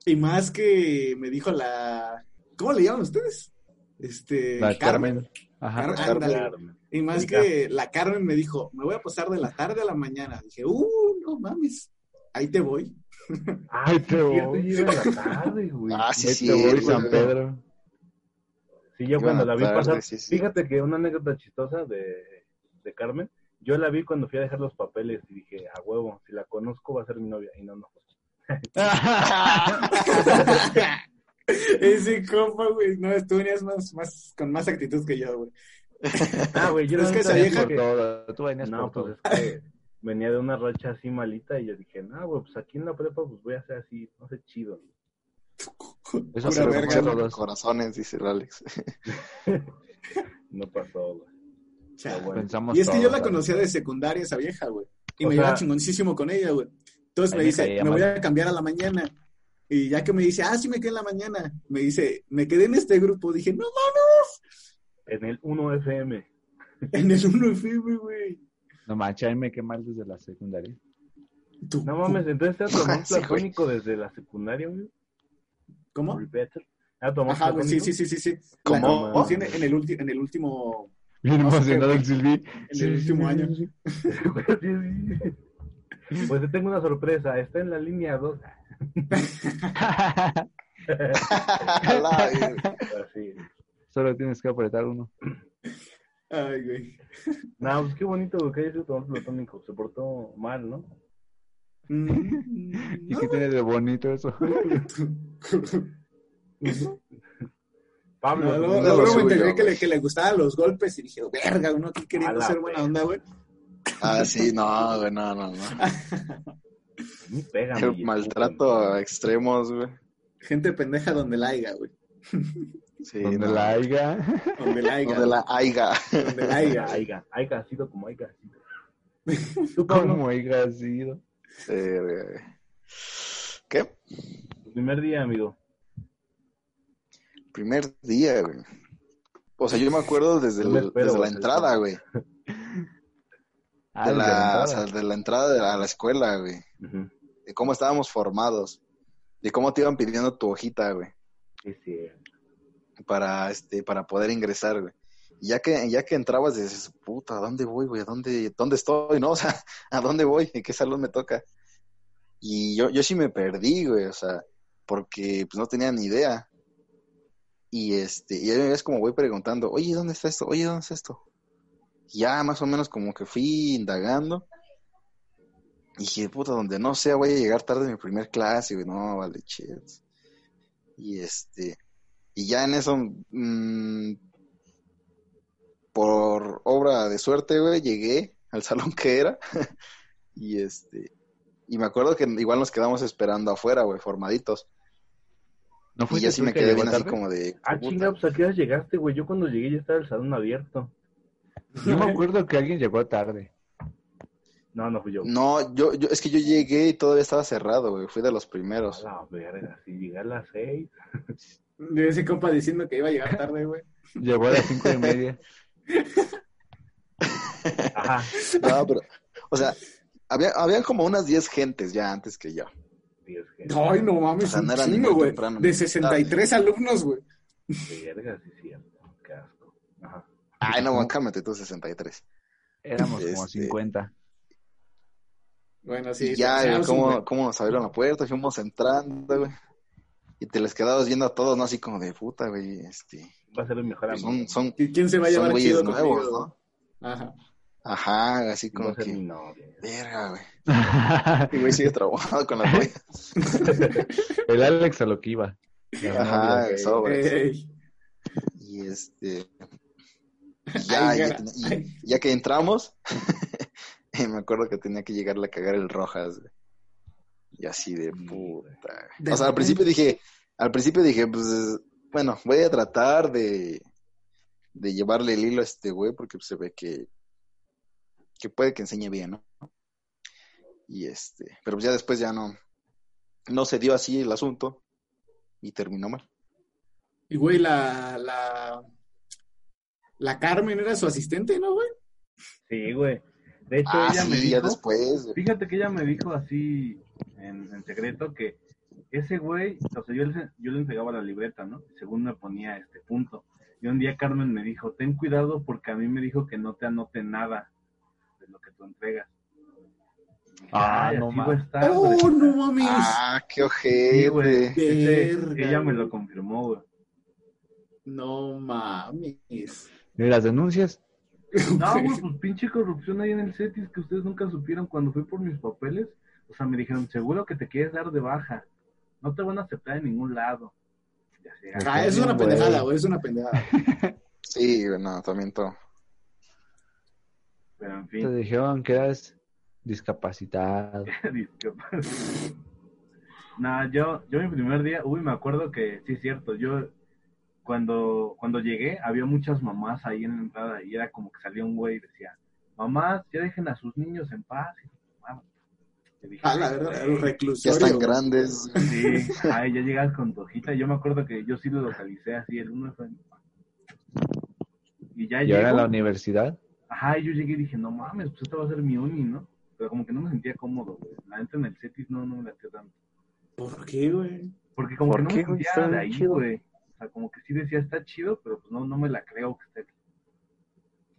Speaker 4: Y más que me dijo la... ¿Cómo le llaman ustedes? Este...
Speaker 3: La Carmen.
Speaker 4: Carmen,
Speaker 3: Ajá.
Speaker 4: ándale.
Speaker 2: Carmen.
Speaker 4: Y más
Speaker 2: Rica.
Speaker 4: que la Carmen me dijo, me voy a pasar de la tarde a la mañana. Dije, uh, no mames, ahí te voy.
Speaker 2: Ah,
Speaker 3: Ay,
Speaker 2: sí,
Speaker 3: te
Speaker 2: cierto,
Speaker 3: voy.
Speaker 2: yo iba en la tarde, güey.
Speaker 5: Ah, sí,
Speaker 3: Ahí
Speaker 5: sí.
Speaker 3: te voy,
Speaker 5: güey.
Speaker 3: San Pedro.
Speaker 2: Sí, yo
Speaker 5: Iban
Speaker 2: cuando
Speaker 5: a
Speaker 2: la vi
Speaker 5: tarde,
Speaker 2: pasar,
Speaker 5: sí, sí.
Speaker 2: fíjate que una anécdota chistosa de, de Carmen, yo la vi cuando fui a dejar los papeles y dije, a huevo, si la conozco va a ser mi novia. Y no, no.
Speaker 4: Ese compa, güey, no, tú venías más, más, con más actitud que yo, güey.
Speaker 2: Ah, güey, yo
Speaker 4: Pero es
Speaker 2: la
Speaker 4: que
Speaker 2: neta
Speaker 4: esa
Speaker 2: ya
Speaker 4: vieja-
Speaker 2: creo
Speaker 3: Por todo. Tú venías
Speaker 2: No,
Speaker 3: por todo.
Speaker 2: pues es que venía de una racha así malita y yo dije, no, güey, pues aquí en la prepa pues voy a hacer así, no sé, chido.
Speaker 3: Eso
Speaker 4: Pura
Speaker 5: No Pues se
Speaker 3: se lo conoce
Speaker 4: verga,
Speaker 3: a
Speaker 5: rompieron
Speaker 4: ¿no?
Speaker 5: los
Speaker 3: todos.
Speaker 5: corazones, dice el Alex.
Speaker 2: No pasó, güey.
Speaker 4: Chale.
Speaker 2: bueno.
Speaker 3: Pensamos
Speaker 4: Y es que yo
Speaker 3: todos,
Speaker 4: la
Speaker 3: ¿no?
Speaker 4: conocía de secundaria, esa vieja, güey. Y
Speaker 2: O
Speaker 4: me llevaba
Speaker 2: sea-
Speaker 4: chingoncísimo con ella, güey. Entonces
Speaker 3: Ahí
Speaker 4: me
Speaker 3: me
Speaker 4: dice,
Speaker 3: caía
Speaker 4: me voy
Speaker 3: mal.
Speaker 4: a cambiar a la mañana. Y ya que me dice, ah, sí me quedé en la mañana. Me dice, me quedé en este grupo. Dije, no,
Speaker 2: En el 1FM.
Speaker 4: en el 1FM, güey.
Speaker 3: No manches, a mí me quedé mal desde la secundaria.
Speaker 4: Tú-
Speaker 2: No mames, entonces era tu amor
Speaker 5: Sí, güey.
Speaker 2: platónico desde la secundaria, güey. Ah,
Speaker 4: ¿Cómo?
Speaker 2: Repeater. Era tu amor
Speaker 4: Ajá, güey, sí,
Speaker 2: platónico?
Speaker 4: sí, sí, sí, sí.
Speaker 5: ¿Cómo?
Speaker 4: La conocí en, en el ulti- en el último,
Speaker 3: Bien
Speaker 4: No,
Speaker 3: emocionado
Speaker 4: sí,
Speaker 3: el Silvi.
Speaker 4: en el último año.
Speaker 2: Sí, sí. Pues te tengo una sorpresa, está en la línea 2. Ah,
Speaker 5: Ala,
Speaker 2: Así.
Speaker 3: Solo tienes que apretar uno.
Speaker 4: Ay, güey.
Speaker 2: Nah, pues qué bonito que haya sido tomar platónico. Se portó mal, ¿no?
Speaker 4: Mm,
Speaker 3: ¿Y
Speaker 4: no,
Speaker 3: qué tiene de bonito eso?
Speaker 2: Pablo. pues,
Speaker 4: No,
Speaker 2: ¿no?
Speaker 4: luego,
Speaker 5: no
Speaker 4: luego
Speaker 5: lo
Speaker 4: me enteré
Speaker 5: suyo,
Speaker 4: que le,
Speaker 5: güey.
Speaker 4: que le gustaban los golpes y dije, verga, uno aquí queriendo
Speaker 2: A la
Speaker 4: ser buena
Speaker 2: verga.
Speaker 4: onda, güey.
Speaker 5: Ah, sí, no, güey, no, no, no.
Speaker 2: Ni pégame, y-
Speaker 5: Maltrato a extremos, güey.
Speaker 4: Gente pendeja donde la haya, güey.
Speaker 5: Sí,
Speaker 3: Donde
Speaker 5: no.
Speaker 3: la haya.
Speaker 4: Donde la haya.
Speaker 5: Donde la aiga.
Speaker 4: Donde la haya.
Speaker 2: Aiga, aiga, aiga, ha sido como aiga. ha sido. ¿Tú, Pablo?
Speaker 3: Como haya sido.
Speaker 5: Eh, güey. ¿Qué?
Speaker 2: Tu primer día, amigo.
Speaker 5: Primer día, güey. O sea, yo me acuerdo desde,
Speaker 2: Yo me
Speaker 5: el-
Speaker 2: espero,
Speaker 5: desde la
Speaker 2: güey.
Speaker 5: entrada, güey.
Speaker 3: Ah,
Speaker 5: De
Speaker 3: desde
Speaker 5: la,
Speaker 3: entrada.
Speaker 5: o sea, de la entrada de la- a la escuela, güey.
Speaker 2: Ujú.
Speaker 5: De cómo estábamos formados. De cómo te iban pidiendo tu hojita, güey.
Speaker 2: Sí, sí.
Speaker 5: para este para poder ingresar, güey. Y ya que ya que entrabas dices, "Puta, ¿a dónde voy, güey? ¿A dónde dónde estoy?" No, o sea, ¿a dónde voy? ¿En qué salón me toca? Y yo yo sí me perdí, güey, o sea, porque pues no tenía ni idea. Y este, y ahí es como voy preguntando, "Oye, ¿dónde está esto? Oye, ¿dónde está esto?" Ya más o menos como que fui indagando. Y dije, puta, donde no sea, voy a llegar tarde a mi primer clase, güey, no, vale, chido. Y este, y ya en eso, mm, por obra de suerte, güey, llegué al salón que era. y este, y me acuerdo que igual nos quedamos esperando afuera, güey, formaditos.
Speaker 3: ¿No
Speaker 5: Y
Speaker 3: fuiste
Speaker 5: ya sí
Speaker 3: tú
Speaker 5: me
Speaker 3: el que
Speaker 5: quedé
Speaker 3: llegó
Speaker 5: bien así
Speaker 3: tarde?
Speaker 5: como de.
Speaker 2: Ah,
Speaker 5: puta.
Speaker 2: chinga, pues a qué hora llegaste, güey. Yo cuando llegué ya estaba el salón abierto.
Speaker 3: Yo me acuerdo que alguien llegó tarde.
Speaker 2: No, no fui yo.
Speaker 5: No, yo, yo, es que yo llegué y todavía estaba cerrado, güey, fui de los primeros.
Speaker 2: A la verga, si llegué a las seis.
Speaker 4: De ese compa diciendo que iba a llegar tarde, güey.
Speaker 3: Llegó a las cinco y media.
Speaker 2: Ajá.
Speaker 5: No, pero, o sea, había, había como unas 10 gentes ya antes que yo.
Speaker 2: Sí, es que,
Speaker 4: Ay, no mames,
Speaker 5: O sea,
Speaker 4: un
Speaker 5: no era ni
Speaker 4: chingo,
Speaker 5: muy
Speaker 4: güey.
Speaker 5: temprano,
Speaker 4: De
Speaker 5: ni
Speaker 4: 63 alumnos, güey.
Speaker 2: verga, sí, es cierto. Qué asco. Ajá.
Speaker 3: Ah,
Speaker 5: Ay, no, cálmate tú, 63.
Speaker 3: Éramos como
Speaker 5: Este.
Speaker 3: 50.
Speaker 4: Bueno, sí.
Speaker 5: Y ya,
Speaker 4: Samsung, güey.
Speaker 5: güey, cómo, cómo nos abrieron la puerta, fuimos entrando, güey. Y te les quedabas viendo a todos, ¿no? Así como de puta, güey, este.
Speaker 2: Va a ser mi mejor
Speaker 5: pues
Speaker 2: amigo.
Speaker 5: Son, son,
Speaker 4: ¿Y ¿Quién se va a
Speaker 5: son
Speaker 4: llevar
Speaker 5: güeyes
Speaker 4: chido
Speaker 5: nuevos,
Speaker 4: conmigo?
Speaker 5: ¿no?
Speaker 4: Ajá.
Speaker 5: Ajá, así
Speaker 2: Va
Speaker 5: como
Speaker 2: a ser mi
Speaker 5: que,
Speaker 2: novia.
Speaker 5: verga, güey. Y güey sigue trabajando con la novia.
Speaker 3: El Alex a lo que iba. Las
Speaker 5: Ajá,
Speaker 3: novias.
Speaker 5: sobres.
Speaker 4: Ey,
Speaker 5: Y este. y Ya,
Speaker 4: Ay,
Speaker 5: ya,
Speaker 4: cara.
Speaker 5: y- ya que entramos, me acuerdo que tenía que llegarle a cagar el Rojas, güey. Y así de
Speaker 2: Sí,
Speaker 5: puta.
Speaker 4: güey.
Speaker 5: o sea, al principio dije, al principio dije, pues, bueno, voy a tratar de, de llevarle el hilo a este güey porque se ve que, que puede que enseñe bien, ¿no? Y este, pero pues ya después ya no, no se dio así el asunto y terminó mal.
Speaker 4: Y, güey, la, la... La Carmen era su asistente, ¿no, güey?
Speaker 2: Sí, güey. De hecho,
Speaker 5: Ah,
Speaker 2: ella me
Speaker 5: sí,
Speaker 2: dijo.
Speaker 5: ya después, güey.
Speaker 2: Fíjate que ella me dijo así en, en secreto que ese güey, o sea, yo le, yo le entregaba la libreta, ¿no? Según me ponía este punto. Y un día Carmen me dijo, ten cuidado porque a mí me dijo que no te anote nada de lo que tú entregas.
Speaker 3: Ah,
Speaker 2: Ay,
Speaker 3: no
Speaker 2: así va a
Speaker 3: mames.
Speaker 2: estar, güey.
Speaker 4: ¡Oh, no mames!
Speaker 5: Ah, qué
Speaker 2: Sí,
Speaker 5: ojete.
Speaker 2: güey. Ese-
Speaker 4: Verga,
Speaker 2: Ella me
Speaker 4: güey.
Speaker 2: lo confirmó, güey.
Speaker 4: No mames.
Speaker 3: ¿Y las denuncias?
Speaker 2: No, güey, pues pinche corrupción ahí en el CETIS que ustedes nunca supieron cuando fui por mis papeles. O sea, me dijeron, seguro que te quieres dar de baja. No te van a aceptar en ningún lado. Ya sé,
Speaker 4: Ah, es una
Speaker 3: Güey.
Speaker 4: pendejada, güey, es una pendejada.
Speaker 5: Sí, güey, no, también todo.
Speaker 2: pero en
Speaker 3: Te
Speaker 2: fin,
Speaker 3: dijeron que eras discapacitado.
Speaker 2: disculpas. No, yo, yo mi primer día, uy, me acuerdo que, sí es cierto, yo cuando, cuando llegué había muchas mamás ahí en la entrada y era como que salía un güey y decía, mamás, ya dejen a sus niños en paz. Y, "Mamá". Yo dije,
Speaker 4: Ah, la verdad, el
Speaker 5: Ya
Speaker 4: reclusorio.
Speaker 5: están
Speaker 4: güey.
Speaker 5: grandes. güey.
Speaker 2: Sí, ay, ya llegas con tu hojita. Yo me acuerdo que yo sí lo localicé así, el uno fue. Y ya
Speaker 3: ¿Y ahora en la
Speaker 2: llegó.
Speaker 3: universidad?
Speaker 2: Ajá, y yo llegué y dije, no mames, pues esta va a ser mi uni, ¿no? Pero como que no me sentía cómodo, güey. La neta en el CETIS no, no me latió tanto.
Speaker 4: ¿Por qué, güey?
Speaker 2: Porque como
Speaker 3: ¿Por
Speaker 2: que no
Speaker 3: qué,
Speaker 2: me
Speaker 3: güey?
Speaker 2: sentía
Speaker 3: Está
Speaker 2: de
Speaker 3: bien
Speaker 2: ahí,
Speaker 3: chido.
Speaker 2: güey. O sea, como que sí decía, está chido, pero pues no, no me la creo que esté aquí.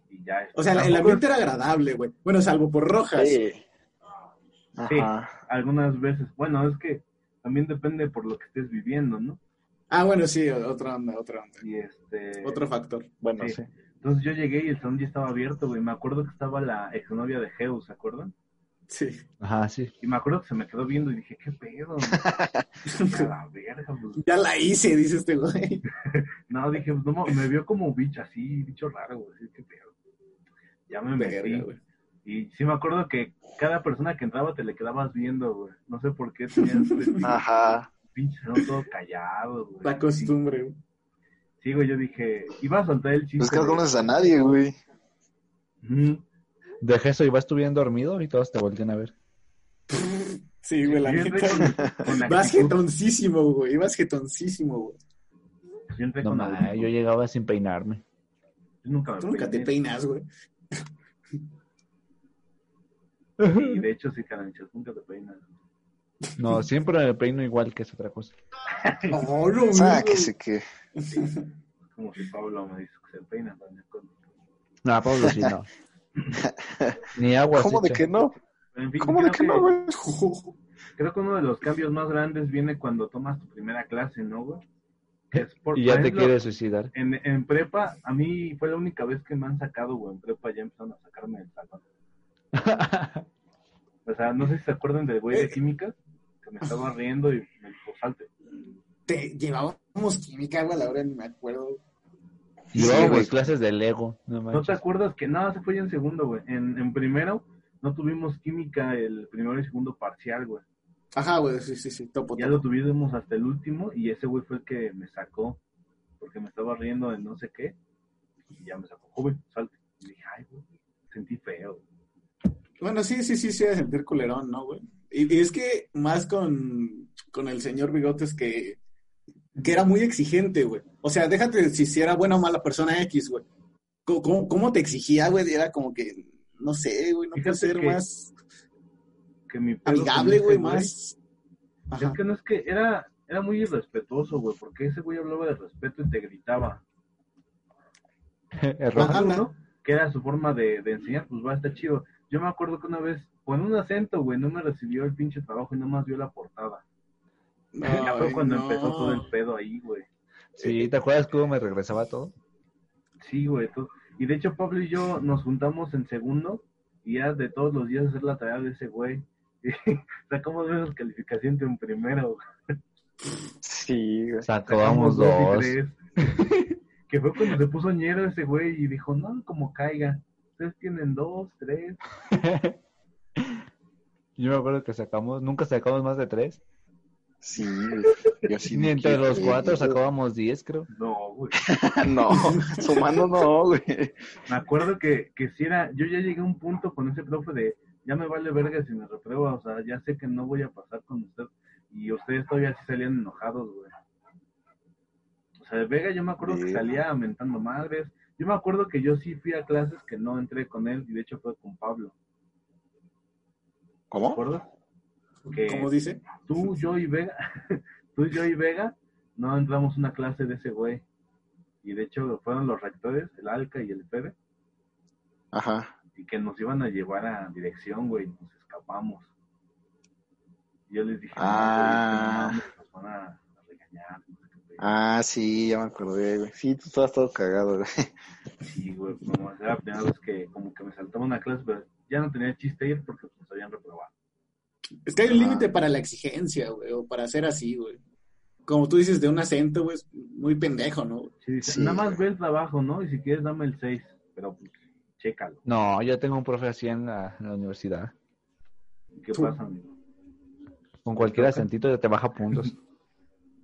Speaker 2: Y ya. este,
Speaker 4: O sea, el
Speaker 2: tampoco-
Speaker 4: ambiente era agradable, güey. Bueno, salvo por rojas.
Speaker 5: Ajá.
Speaker 2: algunas veces. Bueno, es que también depende por lo que estés viviendo, ¿no?
Speaker 4: Ah, bueno, sí, otra onda, otra onda.
Speaker 2: Y este...
Speaker 4: Otro factor.
Speaker 2: bueno,
Speaker 3: sí.
Speaker 2: Entonces yo llegué y el salón ya estaba abierto, güey. Me acuerdo que estaba la exnovia de Zeus, ¿se acuerdan?
Speaker 4: Sí.
Speaker 3: Ajá, sí.
Speaker 2: Y me acuerdo que se me quedó viendo y dije, ¿qué pedo? güey? A la verga, pues.
Speaker 4: Ya la hice, dice este güey.
Speaker 2: No, dije, pues, no, mo- me vio como bicho así, bicho raro, güey. así, ¿Qué pedo? Ya me metí.
Speaker 4: Verga, güey.
Speaker 2: Y sí me acuerdo que cada persona que entraba te le quedabas viendo, güey. No sé por qué tenías este
Speaker 5: Ajá.
Speaker 2: pinche salón todo callado, güey.
Speaker 4: La costumbre, güey.
Speaker 2: Sí, güey, yo dije, iba a soltar el chiste.
Speaker 5: Pues que no
Speaker 2: güey.
Speaker 5: conoces a nadie, güey.
Speaker 2: Ujú.
Speaker 3: Deja eso y vas tú bien dormido y todos te voltean a ver.
Speaker 4: Sí, güey, la
Speaker 2: Yo entré
Speaker 4: neta.
Speaker 2: con, con la
Speaker 4: Vas
Speaker 2: actitud.
Speaker 4: jetoncísimo, güey. Vas jetoncísimo, güey.
Speaker 2: Yo entré
Speaker 3: No
Speaker 2: con
Speaker 3: mames,
Speaker 2: actitud.
Speaker 3: yo llegaba sin peinarme.
Speaker 2: Yo nunca me
Speaker 4: Tú nunca te
Speaker 2: peiné.
Speaker 4: peinas, güey.
Speaker 2: Y de hecho, sí, caranchas, nunca te peinas.
Speaker 3: No, siempre me peino igual que es otra cosa.
Speaker 4: Oh, no,
Speaker 5: Ah, que
Speaker 4: güey.
Speaker 5: sí que.
Speaker 2: Como si Pablo me dice que se peina también. con-
Speaker 3: No, Pablo, sí, no. Ni agua.
Speaker 5: ¿Cómo de que no?
Speaker 2: Pero, en fin,
Speaker 5: ¿Cómo de
Speaker 2: creo
Speaker 5: que no, güey?
Speaker 2: Creo que uno de los cambios más grandes viene cuando tomas tu primera clase, ¿no, güey? Es por-
Speaker 3: Y ya
Speaker 2: por
Speaker 3: te
Speaker 2: ejemplo,
Speaker 3: quieres suicidar.
Speaker 2: En, en prepa, a mí fue la única vez que me han sacado, güey. En prepa ya empezaron a sacarme del salón. O sea, no sé si se acuerdan del güey de química que me estaba riendo y me dijo, salte.
Speaker 4: Te llevábamos química, güey, a la hora ni me acuerdo.
Speaker 3: Yo,
Speaker 5: Sí,
Speaker 3: güey,
Speaker 5: güey.
Speaker 3: pues, clases de Lego. No
Speaker 2: ¿No te
Speaker 3: manches.
Speaker 2: acuerdas que nada se fue ya en segundo, güey? En, en primero no tuvimos química el primero y segundo parcial, güey.
Speaker 4: Ajá, güey, sí, sí, sí, topo,
Speaker 2: Pues Ya
Speaker 4: topo.
Speaker 2: lo tuvimos hasta el último y ese güey fue el que me sacó porque me estaba riendo de no sé qué y ya me sacó, joven, salte. Y dije, ay, güey, sentí feo.
Speaker 4: Bueno, sí, sí, sí, sí, de sentir culerón, ¿no, güey? Y, y es que más con, con el señor Bigotes que, que era muy exigente, güey. O sea, déjate si, si era buena o mala persona X, güey. ¿Cómo, cómo, cómo te exigía, güey? Era como que, no sé, güey, no puede
Speaker 2: Fíjate
Speaker 4: ser
Speaker 2: que-
Speaker 4: más
Speaker 2: Que mi pedo con
Speaker 4: amigable,
Speaker 2: ese
Speaker 4: güey, más...
Speaker 2: Es
Speaker 4: Ajá.
Speaker 2: que no es que era, era muy irrespetuoso, güey, porque ese güey hablaba de respeto y te gritaba.
Speaker 3: Error.
Speaker 4: Ajá.
Speaker 2: Uno, que era su forma de, de enseñar, pues va, está chido. Yo me acuerdo que una vez, con un acento, güey, no me recibió el pinche trabajo y nomás vio la portada. ya fue
Speaker 4: Ay,
Speaker 2: cuando
Speaker 4: no.
Speaker 2: empezó todo el pedo ahí, güey.
Speaker 3: Sí, ¿te acuerdas cómo me regresaba todo?
Speaker 2: Sí, güey. to- Y de hecho, Pablo y yo nos juntamos en segundo y ya de todos los días hacer la tarea de ese güey. Y sacamos menos calificación que en primero. güey.
Speaker 5: Sí, güey.
Speaker 3: Sacábamos dos.
Speaker 2: y tres. que fue cuando se puso ñero ese güey y dijo, no, como caiga. Ustedes tienen dos, tres.
Speaker 3: Yo me acuerdo que sacamos, nunca sacamos más de tres.
Speaker 5: Sí, güey. Yo sí
Speaker 3: Ni
Speaker 5: me
Speaker 3: entre
Speaker 5: quedé
Speaker 3: los cuatro
Speaker 5: feliz.
Speaker 3: sacábamos diez, creo.
Speaker 2: No, güey.
Speaker 5: No, sumando no, güey.
Speaker 2: Me acuerdo que, que si era, yo ya llegué a un punto con ese profe de, ya me vale verga si me reprueba, o sea, ya sé que no voy a pasar con usted. Y ustedes todavía sí salían enojados, güey. O sea, de Vega yo me acuerdo que
Speaker 5: Sí.
Speaker 2: salía mentando madres. Yo me acuerdo que yo sí fui a clases que no entré con él, y de hecho fue con Pablo, ¿te
Speaker 5: ¿Cómo?
Speaker 2: acuerdas? Que
Speaker 4: Como dice.
Speaker 2: tú, yo y Vega, tú, yo y Vega, no entramos una clase de ese güey. Y de hecho fueron los rectores, el Alca y el Fede,
Speaker 5: Ajá.
Speaker 2: y que nos iban a llevar a dirección, güey, nos escapamos. Y yo les dije, no,
Speaker 5: Ah.
Speaker 2: güey, no mames, nos van a, a regañar. no sé qué pedo.
Speaker 5: Ah, sí, ya me acordé, güey. Sí, tú estabas todo cagado, güey.
Speaker 2: Sí, güey, como era la primera vez que como que me saltaba una clase, pero ya no tenía chiste ir porque pues, nos habían reprobado.
Speaker 4: Es que hay un
Speaker 5: Ajá.
Speaker 4: límite para la exigencia, güey, o para ser así, güey. Como tú dices, de un acento, güey, es muy pendejo, ¿no?
Speaker 2: Sí, dice,
Speaker 5: Sí,
Speaker 2: nada más
Speaker 5: güey.
Speaker 2: ve el trabajo, ¿no? Y si quieres dame el 6, pero pues, chécalo.
Speaker 3: No, yo tengo un profe así en la, en la universidad.
Speaker 2: ¿Qué
Speaker 4: Tú.
Speaker 2: pasa, amigo?
Speaker 3: Con cualquier acentito ya te baja puntos.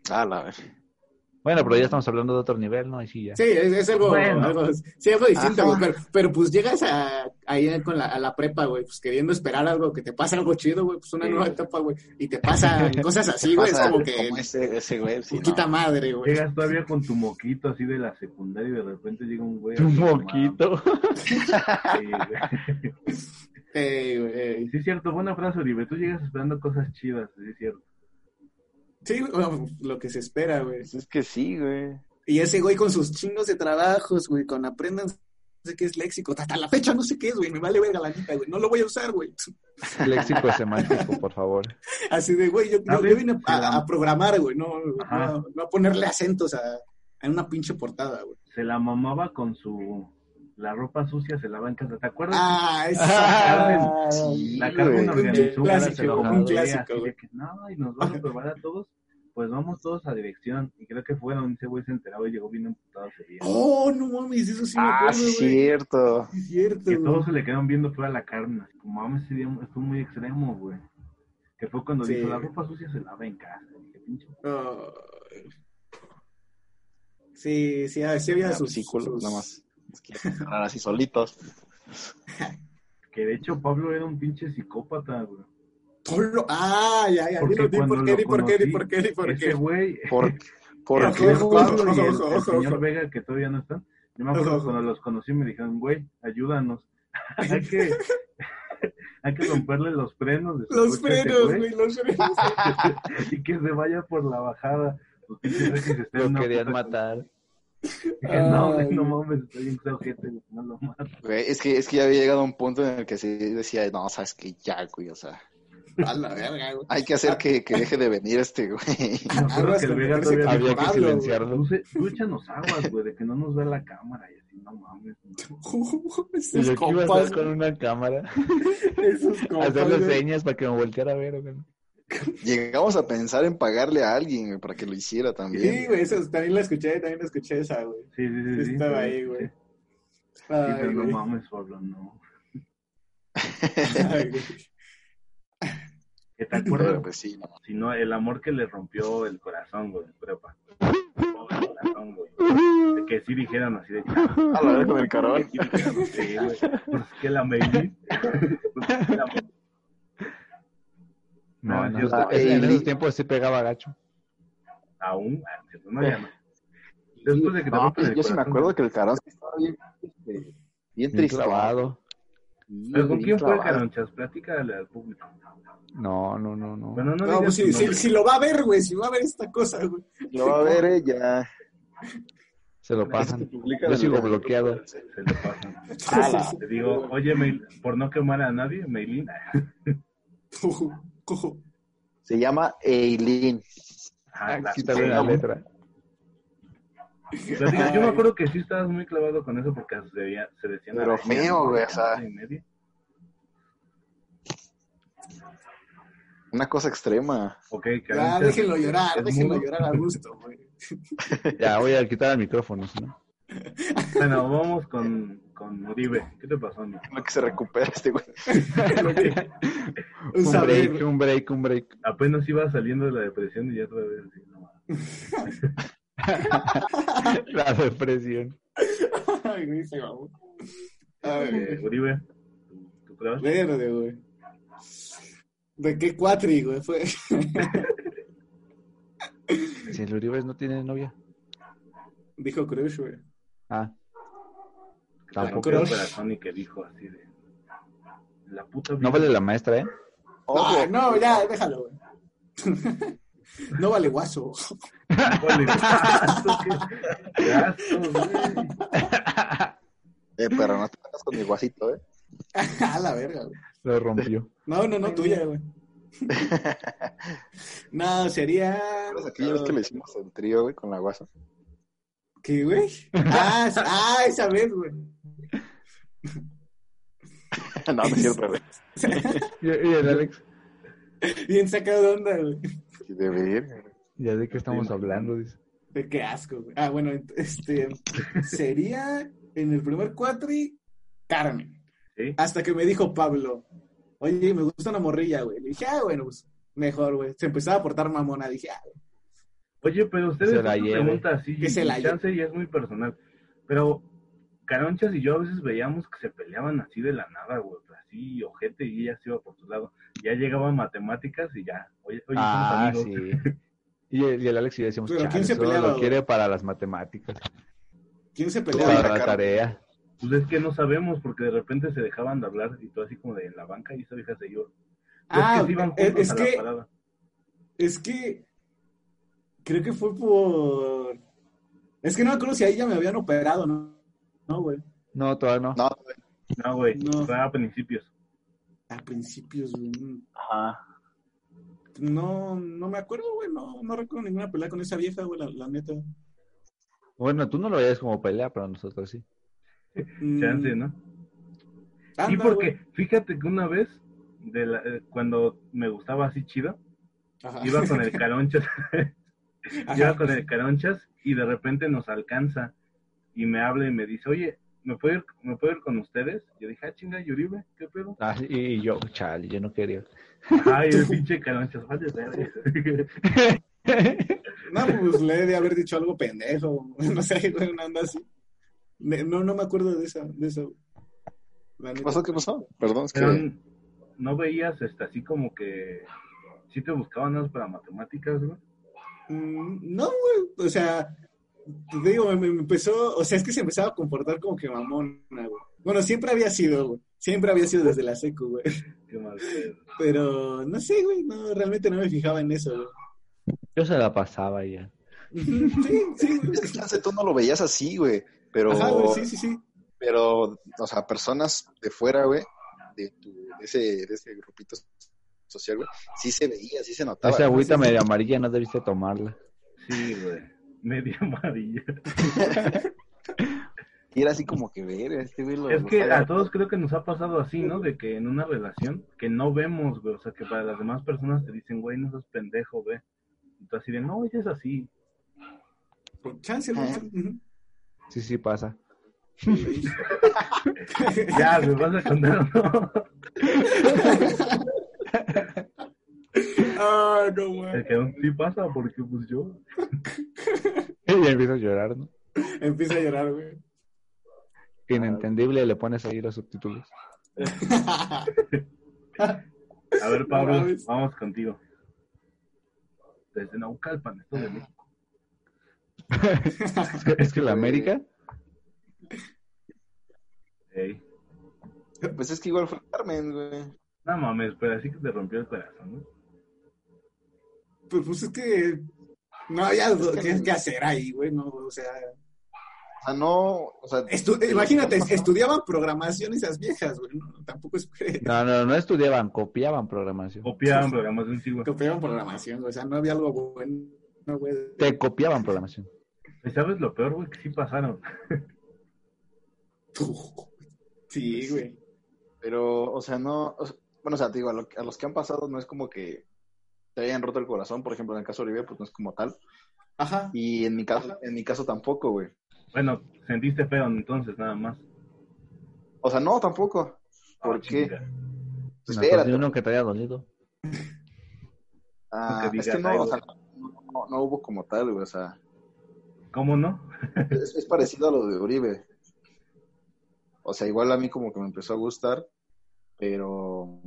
Speaker 5: Ah, la vez.
Speaker 3: Bueno, pero ya estamos hablando de otro nivel, ¿no? Y sí, ya.
Speaker 4: Sí, es, es algo,
Speaker 2: Bueno.
Speaker 4: algo- sí, algo distinto,
Speaker 5: Ajá.
Speaker 4: güey, pero, pero, pues llegas a, ahí con la, a la prepa, güey, pues queriendo esperar algo, que te pase algo chido, güey, pues una
Speaker 2: Sí.
Speaker 4: nueva etapa, güey, y te pasan cosas así, güey, es
Speaker 5: Pasa
Speaker 4: como que
Speaker 5: como ese, ese güey. sí,
Speaker 4: quita
Speaker 5: no.
Speaker 4: madre, güey.
Speaker 2: Llegas todavía con tu moquito así de la secundaria y de repente llega un güey.
Speaker 3: Un
Speaker 2: así, no
Speaker 3: poquito.
Speaker 2: mames, sí, güey.
Speaker 4: Ey, güey, ey.
Speaker 2: Sí, es cierto, buena frase, Oribe. Tú llegas esperando cosas chidas, sí, es cierto.
Speaker 4: Sí, güey, bueno, lo que se espera, güey.
Speaker 5: Pues es que sí, güey.
Speaker 4: Y ese güey con sus chingos de trabajos, güey, con aprendan sé qué es léxico. Hasta la fecha no sé qué es, güey. Me vale verga la neta, güey. No lo voy a usar, güey.
Speaker 3: Léxico semántico, por favor.
Speaker 4: Así de, güey, yo,
Speaker 2: A
Speaker 4: yo-
Speaker 2: ver,
Speaker 4: yo vine a, a programar, güey. No,
Speaker 2: Ajá.
Speaker 4: no, no a ponerle acentos a, a una pinche portada, güey.
Speaker 2: Se la mamaba con su... La ropa sucia se lava en casa. ¿Te acuerdas?
Speaker 4: Ah,
Speaker 2: Ah,
Speaker 4: esa.
Speaker 5: sí,
Speaker 2: La Carmen
Speaker 5: güey.
Speaker 2: organizó una
Speaker 4: clásico,
Speaker 2: celebratoria
Speaker 4: un clásico,
Speaker 2: así de
Speaker 4: güey.
Speaker 2: que, no, y nos van a probar a todos, pues vamos todos a dirección. Y creo que fue donde ese güey se enteraba y llegó bien emputado ese día.
Speaker 4: Oh, no mames, eso sí me
Speaker 5: Ah,
Speaker 4: acuerdo,
Speaker 5: sí,
Speaker 4: güey.
Speaker 5: cierto.
Speaker 4: Sí, es cierto,
Speaker 2: Que
Speaker 4: güey.
Speaker 2: todos se le quedaron viendo fuera a la Carmen, así como mames, ese día estuvo muy extremo, güey. Que fue cuando
Speaker 4: Sí.
Speaker 2: dijo, la ropa sucia se lava en casa. Y dije, pinche
Speaker 4: Ah. Sí, sí, ah, sí había
Speaker 5: Era
Speaker 2: pues,
Speaker 4: sus,
Speaker 5: psículo,
Speaker 4: sus-
Speaker 5: nada más. Es que cerrar así solitos.
Speaker 2: Que de hecho Pablo era un pinche psicópata, güey.
Speaker 4: Pablo- Ah, ya, ya.
Speaker 2: Porque
Speaker 4: Dilo, di
Speaker 2: cuando
Speaker 4: por qué,
Speaker 2: lo
Speaker 4: di por qué, di
Speaker 2: conocí,
Speaker 4: por qué, di por
Speaker 2: Ese
Speaker 4: qué.
Speaker 2: güey,
Speaker 5: ¿Por,
Speaker 2: el
Speaker 5: por qué,
Speaker 2: señor
Speaker 4: ojo,
Speaker 5: Pablo?
Speaker 2: Pablo y el,
Speaker 4: ojo,
Speaker 2: el
Speaker 4: ojo,
Speaker 2: señor
Speaker 4: ojo.
Speaker 2: Vega, que todavía no están. Yo me acuerdo
Speaker 4: Ojo, ojo.
Speaker 2: cuando los conocí me dijeron, güey, ayúdanos. hay, que, hay que romperle los frenos. de su
Speaker 4: Los
Speaker 2: coche a este
Speaker 4: frenos, güey, los frenos.
Speaker 2: Y que se vaya por la bajada. Los pinches Rexis están en
Speaker 3: Lo
Speaker 2: una
Speaker 3: querían
Speaker 2: puta-
Speaker 3: matar.
Speaker 2: Dije, no, güey,
Speaker 4: Ay.
Speaker 2: no mames, estoy bien feo, gente, güey, no lo mato.
Speaker 5: Güey, es que, es que ya había llegado a un punto en el que sí decía, no, sabes que ya, güey, o sea,
Speaker 4: A la verga, güey. Ah,
Speaker 5: hay que hacer que, que deje de venir este güey.
Speaker 2: Y me acuerdo
Speaker 4: Aguas
Speaker 2: que el
Speaker 4: con
Speaker 2: Vega
Speaker 4: meterse
Speaker 2: todavía
Speaker 4: con
Speaker 3: Había
Speaker 2: dijo,
Speaker 3: que
Speaker 4: Pablo, güey.
Speaker 3: silenciarlo.
Speaker 2: "Tú se- tú échanos aguas, güey, de que no nos vea la cámara. Y así, no mames. no".
Speaker 3: Y yo
Speaker 4: Esos
Speaker 3: aquí iba a estar
Speaker 4: compas,
Speaker 3: con una cámara,
Speaker 4: esos compas.
Speaker 3: hacerle
Speaker 4: güey.
Speaker 3: señas para que me volteara a ver. güey.
Speaker 5: Llegamos a pensar en pagarle a alguien güey, para que lo hiciera también.
Speaker 4: Sí, güey, esas también la escuché, también la escuché esa, güey.
Speaker 2: Sí, sí, sí. sí,
Speaker 4: Estaba
Speaker 2: sí,
Speaker 4: ahí,
Speaker 2: sí.
Speaker 4: güey.
Speaker 2: Sí,
Speaker 4: Ay,
Speaker 2: pero no
Speaker 4: güey.
Speaker 2: mames, Pablo, no.
Speaker 4: Ay, güey.
Speaker 2: ¿Que te
Speaker 5: Pero
Speaker 2: acuerdas?
Speaker 5: pues sí, no.
Speaker 2: Sino el amor que le rompió el corazón, güey, en prepa. Pobre corazón, güey. De que sí dijeran así de
Speaker 5: A la vez con el carón.
Speaker 2: Sí, güey. Pues que la me Pues que la me-
Speaker 3: No,
Speaker 2: Ah,
Speaker 3: no, eh,
Speaker 2: yo-
Speaker 3: no,
Speaker 5: Ey,
Speaker 3: en esos
Speaker 5: Lee.
Speaker 3: tiempos sí pegaba gacho.
Speaker 2: Aún, antes, no ya no. Después de que te
Speaker 5: No,
Speaker 2: rompen el
Speaker 5: yo sí me
Speaker 2: corazón,
Speaker 5: acuerdo que el carón estaba bien, este, bien
Speaker 3: Bien
Speaker 5: triste.
Speaker 3: clavado.
Speaker 2: ¿Pero con quién fue, Caronchas? Platícale al público.
Speaker 3: No, no, no, no.
Speaker 2: Bueno, no,
Speaker 4: No,
Speaker 2: digas
Speaker 4: pues si,
Speaker 2: tu
Speaker 4: si,
Speaker 2: nombre.
Speaker 4: si lo va a ver, güey, si va a ver esta cosa, güey.
Speaker 5: Lo va a ver eh, ella.
Speaker 3: Se lo
Speaker 2: Este
Speaker 3: pasan. Yo sigo bloqueado.
Speaker 2: Se lo pasan.
Speaker 5: Ala.
Speaker 2: Te digo, oye, Meil- por no quemar a nadie, Meilín.
Speaker 4: Cojo, cojo.
Speaker 5: Se llama Eileen.
Speaker 2: Ah, la-
Speaker 3: Quítale la letra.
Speaker 2: Pero digo, yo me acuerdo que sí estabas muy clavado con eso porque se, veía, se decían.
Speaker 5: Pero
Speaker 2: a la
Speaker 5: feo,
Speaker 2: mañana,
Speaker 5: güey, o
Speaker 2: a
Speaker 5: sea.
Speaker 2: la y media.
Speaker 5: Una cosa extrema.
Speaker 2: Ok,
Speaker 4: Ya,
Speaker 2: Caronchas,
Speaker 4: déjenlo llorar,
Speaker 2: es
Speaker 4: déjenlo
Speaker 2: mudo.
Speaker 4: llorar a gusto, güey.
Speaker 3: Ya, voy a quitar el micrófono, si ¿no?
Speaker 2: Bueno, vamos con, con Uribe. ¿Qué te pasó, amigo?
Speaker 5: Lo que se recupera este güey.
Speaker 4: Un
Speaker 3: Un
Speaker 4: saber.
Speaker 3: break, un break, un break.
Speaker 2: Apenas iba saliendo de la depresión y ya otra vez. así, no mames.
Speaker 3: La depresión.
Speaker 4: Ay, güey, se mamó.
Speaker 5: Ah,
Speaker 4: Ay,
Speaker 2: Eh,
Speaker 4: güey.
Speaker 2: Uribe, tu, tu crush.
Speaker 4: Verde, güey. ¿De qué cuatri, güey? Fue.
Speaker 3: Si el Uribe no tiene novia.
Speaker 4: Dijo Crush, güey.
Speaker 3: Ah,
Speaker 2: que le
Speaker 3: tampoco.
Speaker 2: rompió el
Speaker 4: Crush.
Speaker 2: corazón y que dijo así de. La puta vida.
Speaker 3: No vale la maestra, ¿eh?
Speaker 5: Ojo,
Speaker 4: Ah, no, ya, déjalo, güey. No vale guaso.
Speaker 2: No vale- Gasto, Ah, qué- gasto, güey.
Speaker 5: eh, pero no te metas con mi guasito, ¿eh?
Speaker 4: A la verga, güey.
Speaker 3: Lo rompió.
Speaker 4: No, no, no, tuya, güey. No, sería.
Speaker 5: ¿Recuerdas aquella vez que lo hicimos en trío, güey, con la guasa?
Speaker 4: ¿Qué, güey? Ah, s- ah, esa vez, güey.
Speaker 5: no, no es cierto, güey.
Speaker 3: Y, y el Alex,
Speaker 4: Bien sacado de onda, güey.
Speaker 5: Sí, De ver.
Speaker 3: ya de qué estamos hablando, dice.
Speaker 4: De qué asco, güey. Ah, bueno, ent- este. Sería en el primer cuatri, Carmen.
Speaker 2: Sí.
Speaker 4: Hasta que me dijo Pablo, oye, me gusta una morrilla, güey. Le dije, ah, bueno, pues mejor, güey. Se empezaba a portar mamona. Dije, ah, güey.
Speaker 2: Oye, pero ustedes
Speaker 3: Se la
Speaker 2: hacen
Speaker 3: lleve.
Speaker 2: preguntas así,
Speaker 4: Que se la
Speaker 2: y chance y es muy personal. Pero Caronchas y yo a veces veíamos que se peleaban así de la nada, güey, pero así, ojete, y ella se iba por su lado. Ya llegaban matemáticas y ya. Oye, oye,
Speaker 3: Ah,
Speaker 2: somos amigos.
Speaker 3: sí. Y el, y el Alex y yo decimos,
Speaker 4: Pero ¿quién
Speaker 3: "Chale,
Speaker 4: se
Speaker 3: solo
Speaker 4: peleaba,
Speaker 3: lo
Speaker 4: güey?
Speaker 3: quiere para las matemáticas,
Speaker 4: ¿quién se
Speaker 5: Claro.
Speaker 4: peleaba?
Speaker 3: para la tarea.
Speaker 2: Pues es que no sabemos, porque de repente se dejaban de hablar y tú así como de en la banca y esa vieja se iba. Pero
Speaker 4: Ah,
Speaker 2: es que se iban
Speaker 4: es,
Speaker 2: juntos
Speaker 4: es
Speaker 2: a la
Speaker 4: que,
Speaker 2: parada.
Speaker 4: es que. Creo que fue por. Es que no me acuerdo si ahí ya me habían operado, ¿no? No, güey.
Speaker 3: No, todavía no.
Speaker 5: No,
Speaker 2: No, güey,
Speaker 4: No.
Speaker 2: fue a principios.
Speaker 4: A principios, güey.
Speaker 2: Ajá.
Speaker 4: No, no me acuerdo, güey. No, no recuerdo ninguna pelea con esa vieja, güey, la, la neta.
Speaker 3: Bueno, tú no lo veías como pelea, pero nosotros sí.
Speaker 4: Mm,
Speaker 2: Chance, ¿no?
Speaker 4: anda,
Speaker 2: y porque,
Speaker 4: güey.
Speaker 2: fíjate que una vez, de la- eh, cuando me gustaba así chido,
Speaker 4: Ajá.
Speaker 2: iba con el caronchas,
Speaker 4: Ajá. pues
Speaker 2: iba con el caronchas y de repente nos alcanza y me habla y me dice, oye, ¿me puedo ir, ¿me puedo ir con ustedes? Yo dije, ah, chinga, Yuribe, ¿qué pedo?
Speaker 3: Ah, y yo, chale, yo no quería.
Speaker 2: Ay, el pinche caronchas, vale, verga.
Speaker 4: No, pues le he de haber dicho algo pendejo. No sé, güey, una onda así. Ne- No, no me acuerdo de esa, de esa. güey. La
Speaker 5: ¿Qué
Speaker 4: neta.
Speaker 5: pasó? ¿Qué pasó? Perdón, es que...
Speaker 2: Pero n- no veías este, así como que sí te buscaban nada más para matemáticas, güey.
Speaker 4: Mm, No, güey. O sea, te digo, me, me empezó, o sea, es que se empezaba a comportar como que mamona, güey. Bueno, siempre había sido, güey. Siempre había sido desde la secu, güey.
Speaker 2: Qué mal pedo.
Speaker 4: Pero no sé, güey, no, realmente no me fijaba en eso, güey.
Speaker 3: Yo se la pasaba y ya.
Speaker 4: Sí, sí, güey.
Speaker 5: Es que chance tú no lo veías así, güey. Pero,
Speaker 4: Ajá, güey, sí, sí, sí.
Speaker 5: pero, o sea, personas de fuera, güey, de, tu, de, ese, de ese grupito social, güey, sí se veía, sí se notaba.
Speaker 3: Esa agüita
Speaker 5: Sí,
Speaker 3: medio amarilla no debiste tomarla.
Speaker 2: Sí, güey. Media amarilla.
Speaker 5: Y era así como que ver, este güey lo-
Speaker 2: Es
Speaker 5: lo
Speaker 2: que
Speaker 5: estaba-
Speaker 2: a todos creo que nos ha pasado así, ¿no? De que en una relación que no vemos, güey. O sea, que para las demás personas te dicen, güey, no seas pendejo, güey. Y tú así de, no, ella es así.
Speaker 4: Por chance, güey.
Speaker 5: Ajá.
Speaker 4: Ujú.
Speaker 3: Sí, sí pasa.
Speaker 2: Ya, me vas a contar, o ¿no?
Speaker 4: Ah, no, güey.
Speaker 2: Se quedó, sí pasa, porque pues yo.
Speaker 3: Y empiezo a llorar, ¿no?
Speaker 4: Empieza a llorar, güey.
Speaker 3: Inentendible, le pones ahí los subtítulos.
Speaker 2: A ver, Pablo,
Speaker 4: No mames.
Speaker 2: vamos contigo. Desde Naucalpan, esto de México.
Speaker 3: Es que la América,
Speaker 2: Ey.
Speaker 5: Pues es que igual fue Carmen, güey.
Speaker 2: No mames, pero así que te rompió el corazón, ¿no?
Speaker 4: Pues, pues es que no había do- qué, qué hacer ahí, güey, no, o sea,
Speaker 5: O sea, no, o sea,
Speaker 4: estu- imagínate, estudiaban programación esas viejas, güey, no, tampoco es
Speaker 3: no, no, no estudiaban, copiaban programación.
Speaker 2: Copiaban programas de un siglo.
Speaker 4: copiaban programación, o sea, no había algo bueno, güey.
Speaker 3: Te copiaban programación.
Speaker 2: ¿Y sabes lo peor, güey? Que sí pasaron.
Speaker 4: Sí, güey.
Speaker 5: pero, o sea, no. o sea, bueno, o sea, te digo, a, lo- a los que han pasado no es como que te hayan roto el corazón, por ejemplo, en el caso de Oribe, pues no es como tal.
Speaker 4: Ajá.
Speaker 5: Y en mi caso, en mi caso tampoco, güey.
Speaker 2: Bueno, sentiste feo entonces, nada más.
Speaker 5: O sea, no, tampoco. ¿Por
Speaker 2: Ah,
Speaker 5: qué?
Speaker 2: chinga.
Speaker 5: Pues,
Speaker 3: No,
Speaker 5: espérate.
Speaker 3: uno que te haya dolido.
Speaker 5: Ah,
Speaker 2: No te
Speaker 5: es que
Speaker 2: digas
Speaker 5: no,
Speaker 2: algo.
Speaker 5: o sea, no, no- no hubo como tal, güey. O sea,
Speaker 2: ¿Cómo no?
Speaker 5: es, es parecido a lo de Oribe. O sea, igual a mí como que me empezó a gustar, pero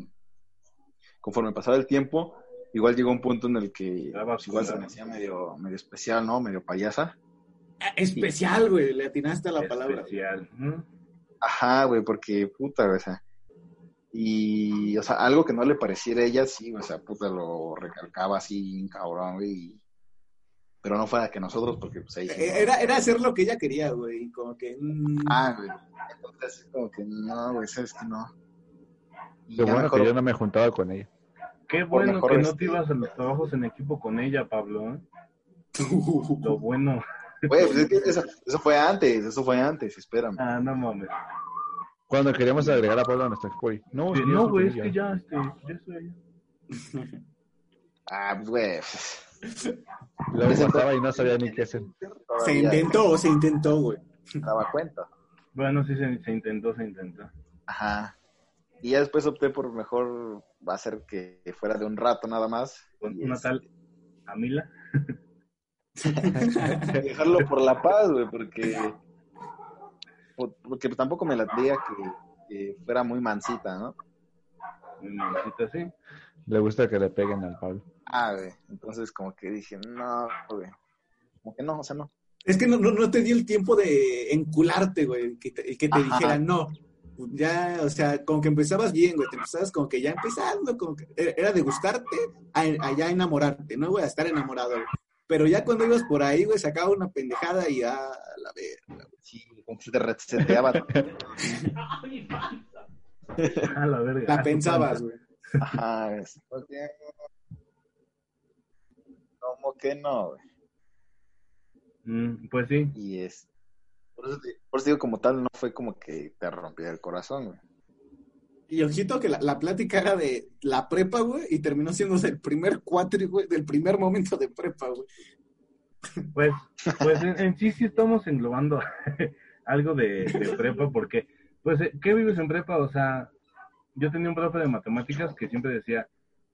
Speaker 5: conforme pasaba el tiempo, igual llegó un punto en el que
Speaker 2: Ya va
Speaker 5: pues, igual se
Speaker 2: oscura.
Speaker 5: me hacía medio, medio especial, ¿no? Medio payasa.
Speaker 4: Ah, Especial, güey, le atinaste a la palabra. güey.
Speaker 2: Especial. ¿no?
Speaker 5: Ajá, güey, porque puta, güey, o sea. Y, o sea, algo que no le pareciera a ella, sí, o sea, puta, lo recalcaba así, cabrón, güey. y- Pero no fuera que nosotros, porque pues ahí. sí, no.
Speaker 4: Era, era hacer lo que ella quería, güey, y como que... mm,
Speaker 5: Ah, güey. Entonces, como que no, güey, sabes que no. Y
Speaker 3: Qué
Speaker 5: ya
Speaker 3: bueno
Speaker 5: mejor-
Speaker 3: que yo no me juntaba con ella.
Speaker 2: Qué
Speaker 5: Por
Speaker 2: bueno
Speaker 5: mejor
Speaker 2: que no
Speaker 5: este-
Speaker 2: te ibas a los trabajos en equipo con ella, Pablo. ¿eh? Lo bueno.
Speaker 5: Güey, pues es que eso, eso fue antes, eso fue antes, espérame.
Speaker 2: Ah, no mames.
Speaker 3: Cuando queríamos agregar a Pablo a nuestro exploit. No,
Speaker 2: Sí,
Speaker 3: es que yo
Speaker 2: Pues no,
Speaker 3: soy con
Speaker 2: güey, es
Speaker 3: ella.
Speaker 2: que ya, este, ya estoy allá.
Speaker 5: Ah, pues, güey.
Speaker 3: Luego pasaba y no sabía ni qué hacer.
Speaker 4: se
Speaker 5: todavía
Speaker 4: intentó, se intentó, güey.
Speaker 5: no daba cuenta.
Speaker 2: Bueno, sí, se, se intentó, se intentó.
Speaker 5: Ajá. Y ya después opté por mejor hacer que fuera de un rato nada más.
Speaker 2: Con
Speaker 5: Y
Speaker 2: una
Speaker 5: es-
Speaker 2: tal Amila.
Speaker 5: dejarlo por la paz, güey, porque, por- porque tampoco me latía que, que fuera muy mansita, ¿no?
Speaker 2: Mi mamacita, sí.
Speaker 3: Le gusta que le peguen al Pablo.
Speaker 5: Ah, güey, entonces como que dije, no, güey, como que no, o sea, no.
Speaker 4: Es que no, no, no te di el tiempo de encularte, güey, que te, que te
Speaker 5: Ajá.
Speaker 4: dijera no. Ya, o sea, como que empezabas bien, güey, te empezabas como que ya empezando, como que era era de gustarte a, a ya enamorarte, ¿no, güey? A estar enamorado. güey. Pero ya cuando ibas por ahí, güey, sacaba una pendejada y ya, a la verga.
Speaker 5: Sí, como que se te reseteaba.
Speaker 2: A la verga.
Speaker 4: La pensabas, güey.
Speaker 5: Ajá, es- "Pues ¿Cómo que no, güey?
Speaker 2: Mm, pues sí.
Speaker 5: Y es. Por eso, te- por eso digo, como tal, no fue como que te rompía el corazón, güey.
Speaker 4: Y ojito que la, la plática era de la prepa, güey, y terminó siendo del primer cuatri, güey, del primer momento de prepa, güey.
Speaker 2: Pues, pues en, en sí sí estamos englobando algo de, de prepa porque, pues, eh, ¿qué vives en prepa? O sea, yo tenía un profe de matemáticas que siempre decía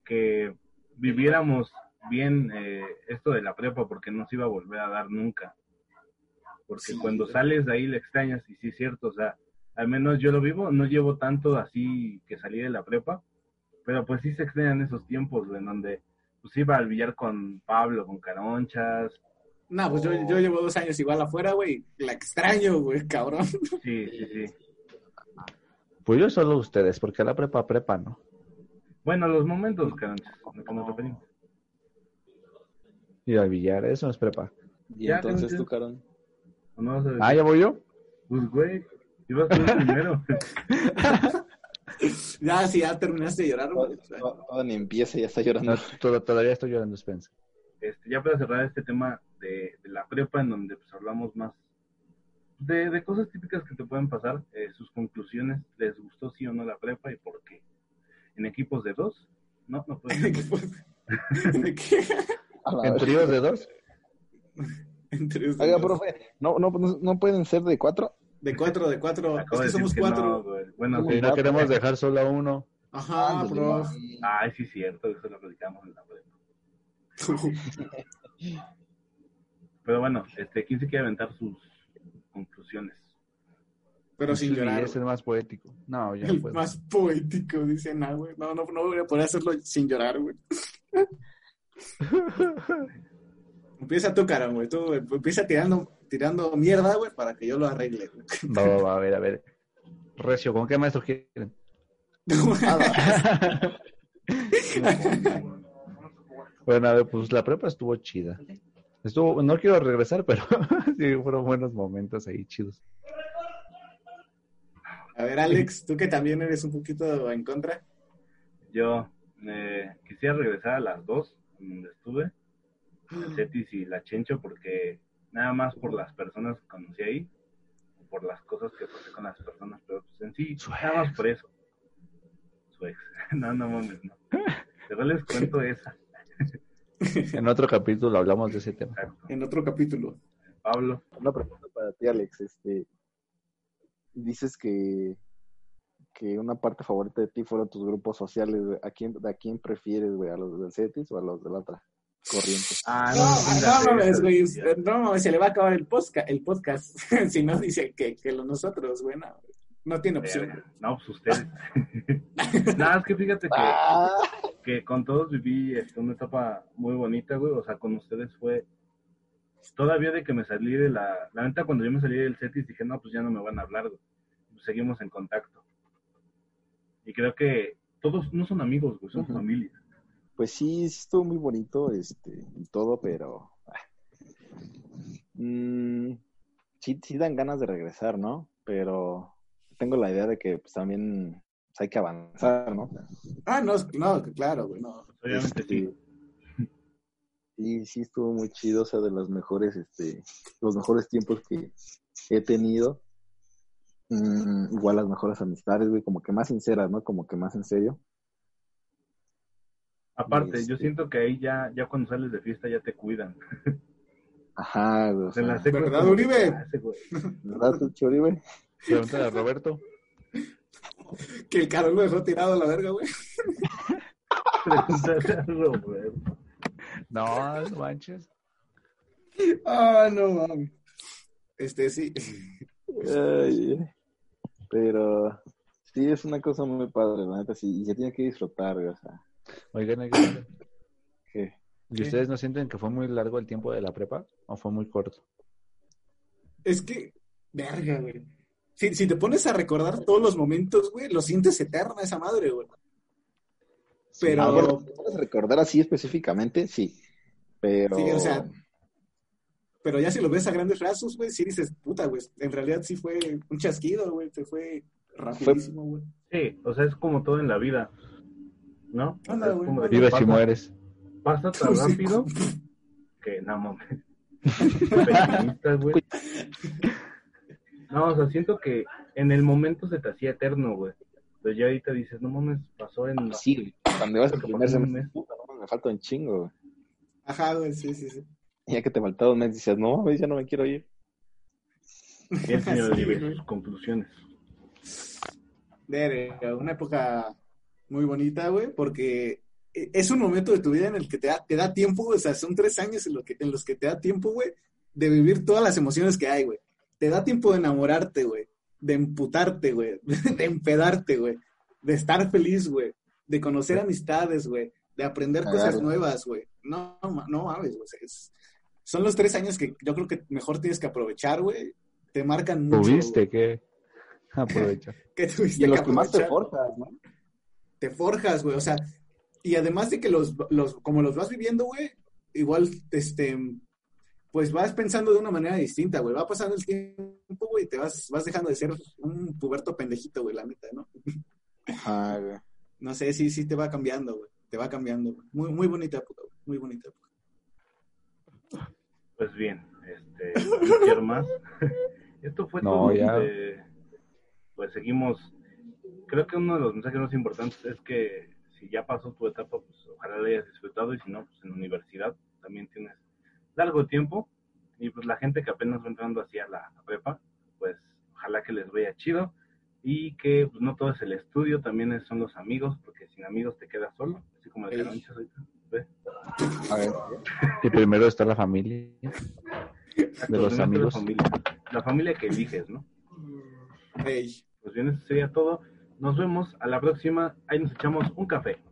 Speaker 2: que viviéramos bien eh, esto de la prepa porque no se iba a volver a dar nunca. Porque
Speaker 4: Sí.
Speaker 2: cuando sales de ahí le extrañas y sí es cierto, o sea, al menos yo lo vivo, no llevo tanto así que salí de la prepa, pero pues sí se extrañan esos tiempos güey, en donde pues iba al billar con Pablo, con Caronchas,
Speaker 4: No, pues yo,
Speaker 2: Oh.
Speaker 4: yo llevo dos años igual afuera, güey. La extraño, güey, cabrón.
Speaker 2: Sí, sí, sí.
Speaker 3: Pues yo solo ustedes, porque la prepa, prepa, ¿no?
Speaker 2: Bueno, los momentos, caranchas, como nos referimos.
Speaker 3: Y al billar, eso no es prepa.
Speaker 5: Y
Speaker 2: Ya,
Speaker 5: entonces
Speaker 2: entonces-
Speaker 5: tú, Carón.
Speaker 2: ¿O no vas a decir?
Speaker 3: Ah, ¿ya voy yo?
Speaker 2: Pues, güey, ibas tú primero.
Speaker 4: Ya, si ya terminaste de llorar, güey. o sea,
Speaker 5: Todo ni empieza y ya está
Speaker 3: No,
Speaker 5: llorando.
Speaker 3: to- todavía estoy llorando, Spence.
Speaker 2: Este, ya para cerrar este tema de, de la prepa, en donde pues hablamos más de, de cosas típicas que te pueden pasar, eh, sus conclusiones, ¿les gustó sí o no la prepa y por qué? ¿En equipos de dos? No, no puede
Speaker 4: ¿de
Speaker 2: ser.
Speaker 4: qué fue? ¿De qué?
Speaker 5: A la
Speaker 3: ¿En
Speaker 5: verga.
Speaker 3: tríos de dos?
Speaker 4: Entre ustedes.
Speaker 5: Oiga, profe, ¿no, no, no, no pueden ser de cuatro?
Speaker 4: De cuatro, de cuatro. Es
Speaker 2: Acabo de decir
Speaker 4: que somos
Speaker 2: que
Speaker 4: cuatro.
Speaker 2: no, güey. Bueno,
Speaker 3: Y
Speaker 2: sí.
Speaker 3: no queremos dejar solo a uno.
Speaker 4: Ajá,
Speaker 5: Ándale,
Speaker 4: bro.
Speaker 5: güey.
Speaker 2: Ay, sí, cierto, eso lo platicamos en la prepa. Pero bueno, este, ¿quién se quiere aventar sus conclusiones?
Speaker 4: Pero sin
Speaker 3: Sí,
Speaker 4: llorar.
Speaker 3: Es el más poético. No, pues yo
Speaker 4: güey.
Speaker 3: no
Speaker 4: El
Speaker 3: puedo.
Speaker 4: más poético, dicen, ah, güey. No, no, no voy a poder hacerlo sin llorar, güey. Empieza tú, cara, güey. Tú güey, empieza tirando, tirando mierda, güey, para que yo lo arregle. güey.
Speaker 3: Va, va, va, a ver, a ver. Recio, ¿con qué maestro quieren? Bueno, a ver, pues la prepa estuvo chida. Estuvo, no quiero regresar, pero sí, fueron buenos momentos ahí, chidos.
Speaker 4: A ver, Alex, tú que también eres un poquito en contra.
Speaker 2: Yo eh, quisiera regresar a las dos, en donde estuve, la Cetis y la Chencho, porque nada más por las personas que conocí ahí, por las cosas que pasé con las personas, pero pues en sí,
Speaker 3: Su
Speaker 2: nada más por eso. Su ex. No, no mames, no. Pero les cuento esa.
Speaker 3: En otro capítulo hablamos de ese tema.
Speaker 2: Exacto.
Speaker 4: En otro capítulo.
Speaker 2: Pablo,
Speaker 5: Una pregunta para ti, Alex. Este, dices que, que una parte favorita de ti fueron tus grupos sociales. güey. ¿A quién, ¿A quién prefieres, güey? ¿A los del CETIS o a los de la otra corriente?
Speaker 2: Ah,
Speaker 4: No,
Speaker 2: no,
Speaker 4: no mames, güey. eh,
Speaker 2: no, no,
Speaker 4: No mames, se le va a acabar el podcast. El podcast si no dice que, que lo nosotros, güey. No, no tiene opción.
Speaker 2: Verga. No, pues ustedes. Nada, es que fíjate que,
Speaker 5: Ah,
Speaker 2: que con todos viví este, una etapa muy bonita, güey. O sea, con ustedes fue. Todavía de que me salí de la. La neta, cuando yo me salí del CETIS dije, no, pues ya no me van a hablar, güey. Pues Seguimos en contacto. Y creo que todos no son amigos, güey, son
Speaker 5: Ujú.
Speaker 2: familia.
Speaker 5: pues sí, sí estuvo muy bonito este, y todo, pero. ah. Mm, sí, sí dan ganas de regresar, ¿no? Pero tengo la idea de que pues, también pues, hay que avanzar, ¿no?
Speaker 4: Ah, no, no, claro, güey. No.
Speaker 2: Obviamente sí.
Speaker 5: Este, Sí, sí, estuvo muy chido, o sea, de los mejores, este, los mejores tiempos que he tenido. Mm, igual las mejores amistades, güey, como que más sinceras, ¿no? Como que más en serio.
Speaker 2: Aparte, yo
Speaker 5: Este.
Speaker 2: siento que ahí ya, ya cuando sales de fiesta ya te cuidan.
Speaker 5: Ajá, güey, o
Speaker 2: En la
Speaker 5: sea,
Speaker 2: secu es
Speaker 4: ¿Verdad,
Speaker 2: como que,
Speaker 4: Uribe?
Speaker 2: "Ah, ese güey".
Speaker 5: ¿verdad, tú, Chori, güey?
Speaker 3: Pregúntale a Roberto.
Speaker 4: Que el carón lo dejó tirado a la verga, güey.
Speaker 2: Pregúntale a Roberto.
Speaker 3: No, no manches.
Speaker 4: Ah, no mames. Este sí.
Speaker 5: Ay, ay. pero sí, es una cosa muy padre, la neta, sí, y se tiene que disfrutar, güey, o sea,
Speaker 3: Oigan, oigan,
Speaker 5: que
Speaker 3: ¿y ustedes no sienten que fue muy largo el tiempo de la prepa o fue muy corto?
Speaker 4: Es que, verga, güey. Si, si te pones a recordar todos los momentos, güey, lo sientes eterna esa madre, güey. Pero,
Speaker 5: Ah, bueno, ¿puedes recordar así específicamente? Sí. Pero.
Speaker 4: Sí, o sea, Pero ya si lo ves a grandes rasgos, güey, sí dices, puta, güey, en realidad sí fue un chasquido, güey, te fue rapidísimo, güey.
Speaker 2: Sí, o sea, es como todo en la vida, ¿no?
Speaker 4: Anda,
Speaker 2: Es
Speaker 4: güey,
Speaker 2: como de que
Speaker 3: Vives
Speaker 2: pasa-
Speaker 3: y mueres.
Speaker 2: Pasa tan
Speaker 4: Pues Sí.
Speaker 2: rápido que, no mames. Pesimista, güey. No, o sea, siento que en el momento se te hacía eterno, güey. Pero ya ahorita dices, no mames, pasó en...
Speaker 5: Sí, güey. cuando ibas al
Speaker 2: Porque
Speaker 5: primer
Speaker 2: pasó un
Speaker 5: semestre,
Speaker 2: mes.
Speaker 5: puta, no, me falta un chingo, güey.
Speaker 4: Ajá, güey, sí, sí, sí.
Speaker 5: Y ya que te faltaba un mes, dices, no, güey, ya no me quiero ir.
Speaker 2: Y el señor
Speaker 4: Sí,
Speaker 2: Oliver,
Speaker 4: güey.
Speaker 2: sus conclusiones.
Speaker 4: Verga, una época muy bonita, güey, porque e, es un momento de tu vida en el que te da, te da tiempo, güey, o sea, son tres años en, lo que, en los que te da tiempo, güey, de vivir todas las emociones que hay, güey. Te da tiempo de enamorarte, güey, de emputarte, güey, de empedarte, güey, de estar feliz, güey, de conocer amistades, güey, de aprender cosas
Speaker 5: Cagarla.
Speaker 4: nuevas, güey. No, no ma- no mames, güey, o sea, es- son los tres años que yo creo que mejor tienes que aprovechar, güey. Te marcan mucho.
Speaker 3: ¿Tuviste que aprovechar?
Speaker 4: que tuviste
Speaker 5: Y en
Speaker 4: que
Speaker 5: los que más te
Speaker 4: aprovechar
Speaker 5: forjas, ¿no?
Speaker 4: te forjas, güey. O sea, y además de que los, los, como los vas viviendo, güey, igual, este, pues vas pensando de una manera distinta, güey. Va pasando el tiempo, güey, y te vas, vas dejando de ser un puberto pendejito, güey, la neta, ¿no?
Speaker 5: Ajá, güey.
Speaker 4: No sé, sí, sí te va cambiando, güey. Te va cambiando, güey. Muy, muy bonita época, güey. Muy bonita época.
Speaker 2: Pues bien, este, no quiero más. Esto fue
Speaker 3: No,
Speaker 2: todo.
Speaker 3: ya.
Speaker 2: eh, pues seguimos. Creo que uno de los mensajes más importantes es que si ya pasó tu etapa, pues ojalá la hayas disfrutado y si no, pues en la universidad también tienes largo tiempo y pues la gente que apenas va entrando hacia la prepa, pues ojalá que les vaya chido y que pues, no todo es el estudio, también es- son los amigos, porque sin amigos te quedas solo, así como el
Speaker 4: Ey.
Speaker 2: canoncho ahorita, ¿ves?
Speaker 5: A ver.
Speaker 3: Y primero está la familia. De los
Speaker 2: Entonces,
Speaker 3: amigos.
Speaker 2: pues, La familia, la familia que eliges, ¿no?
Speaker 4: Ey,
Speaker 2: Pues bien, eso sería todo. Nos vemos a la próxima. Ahí nos echamos un café.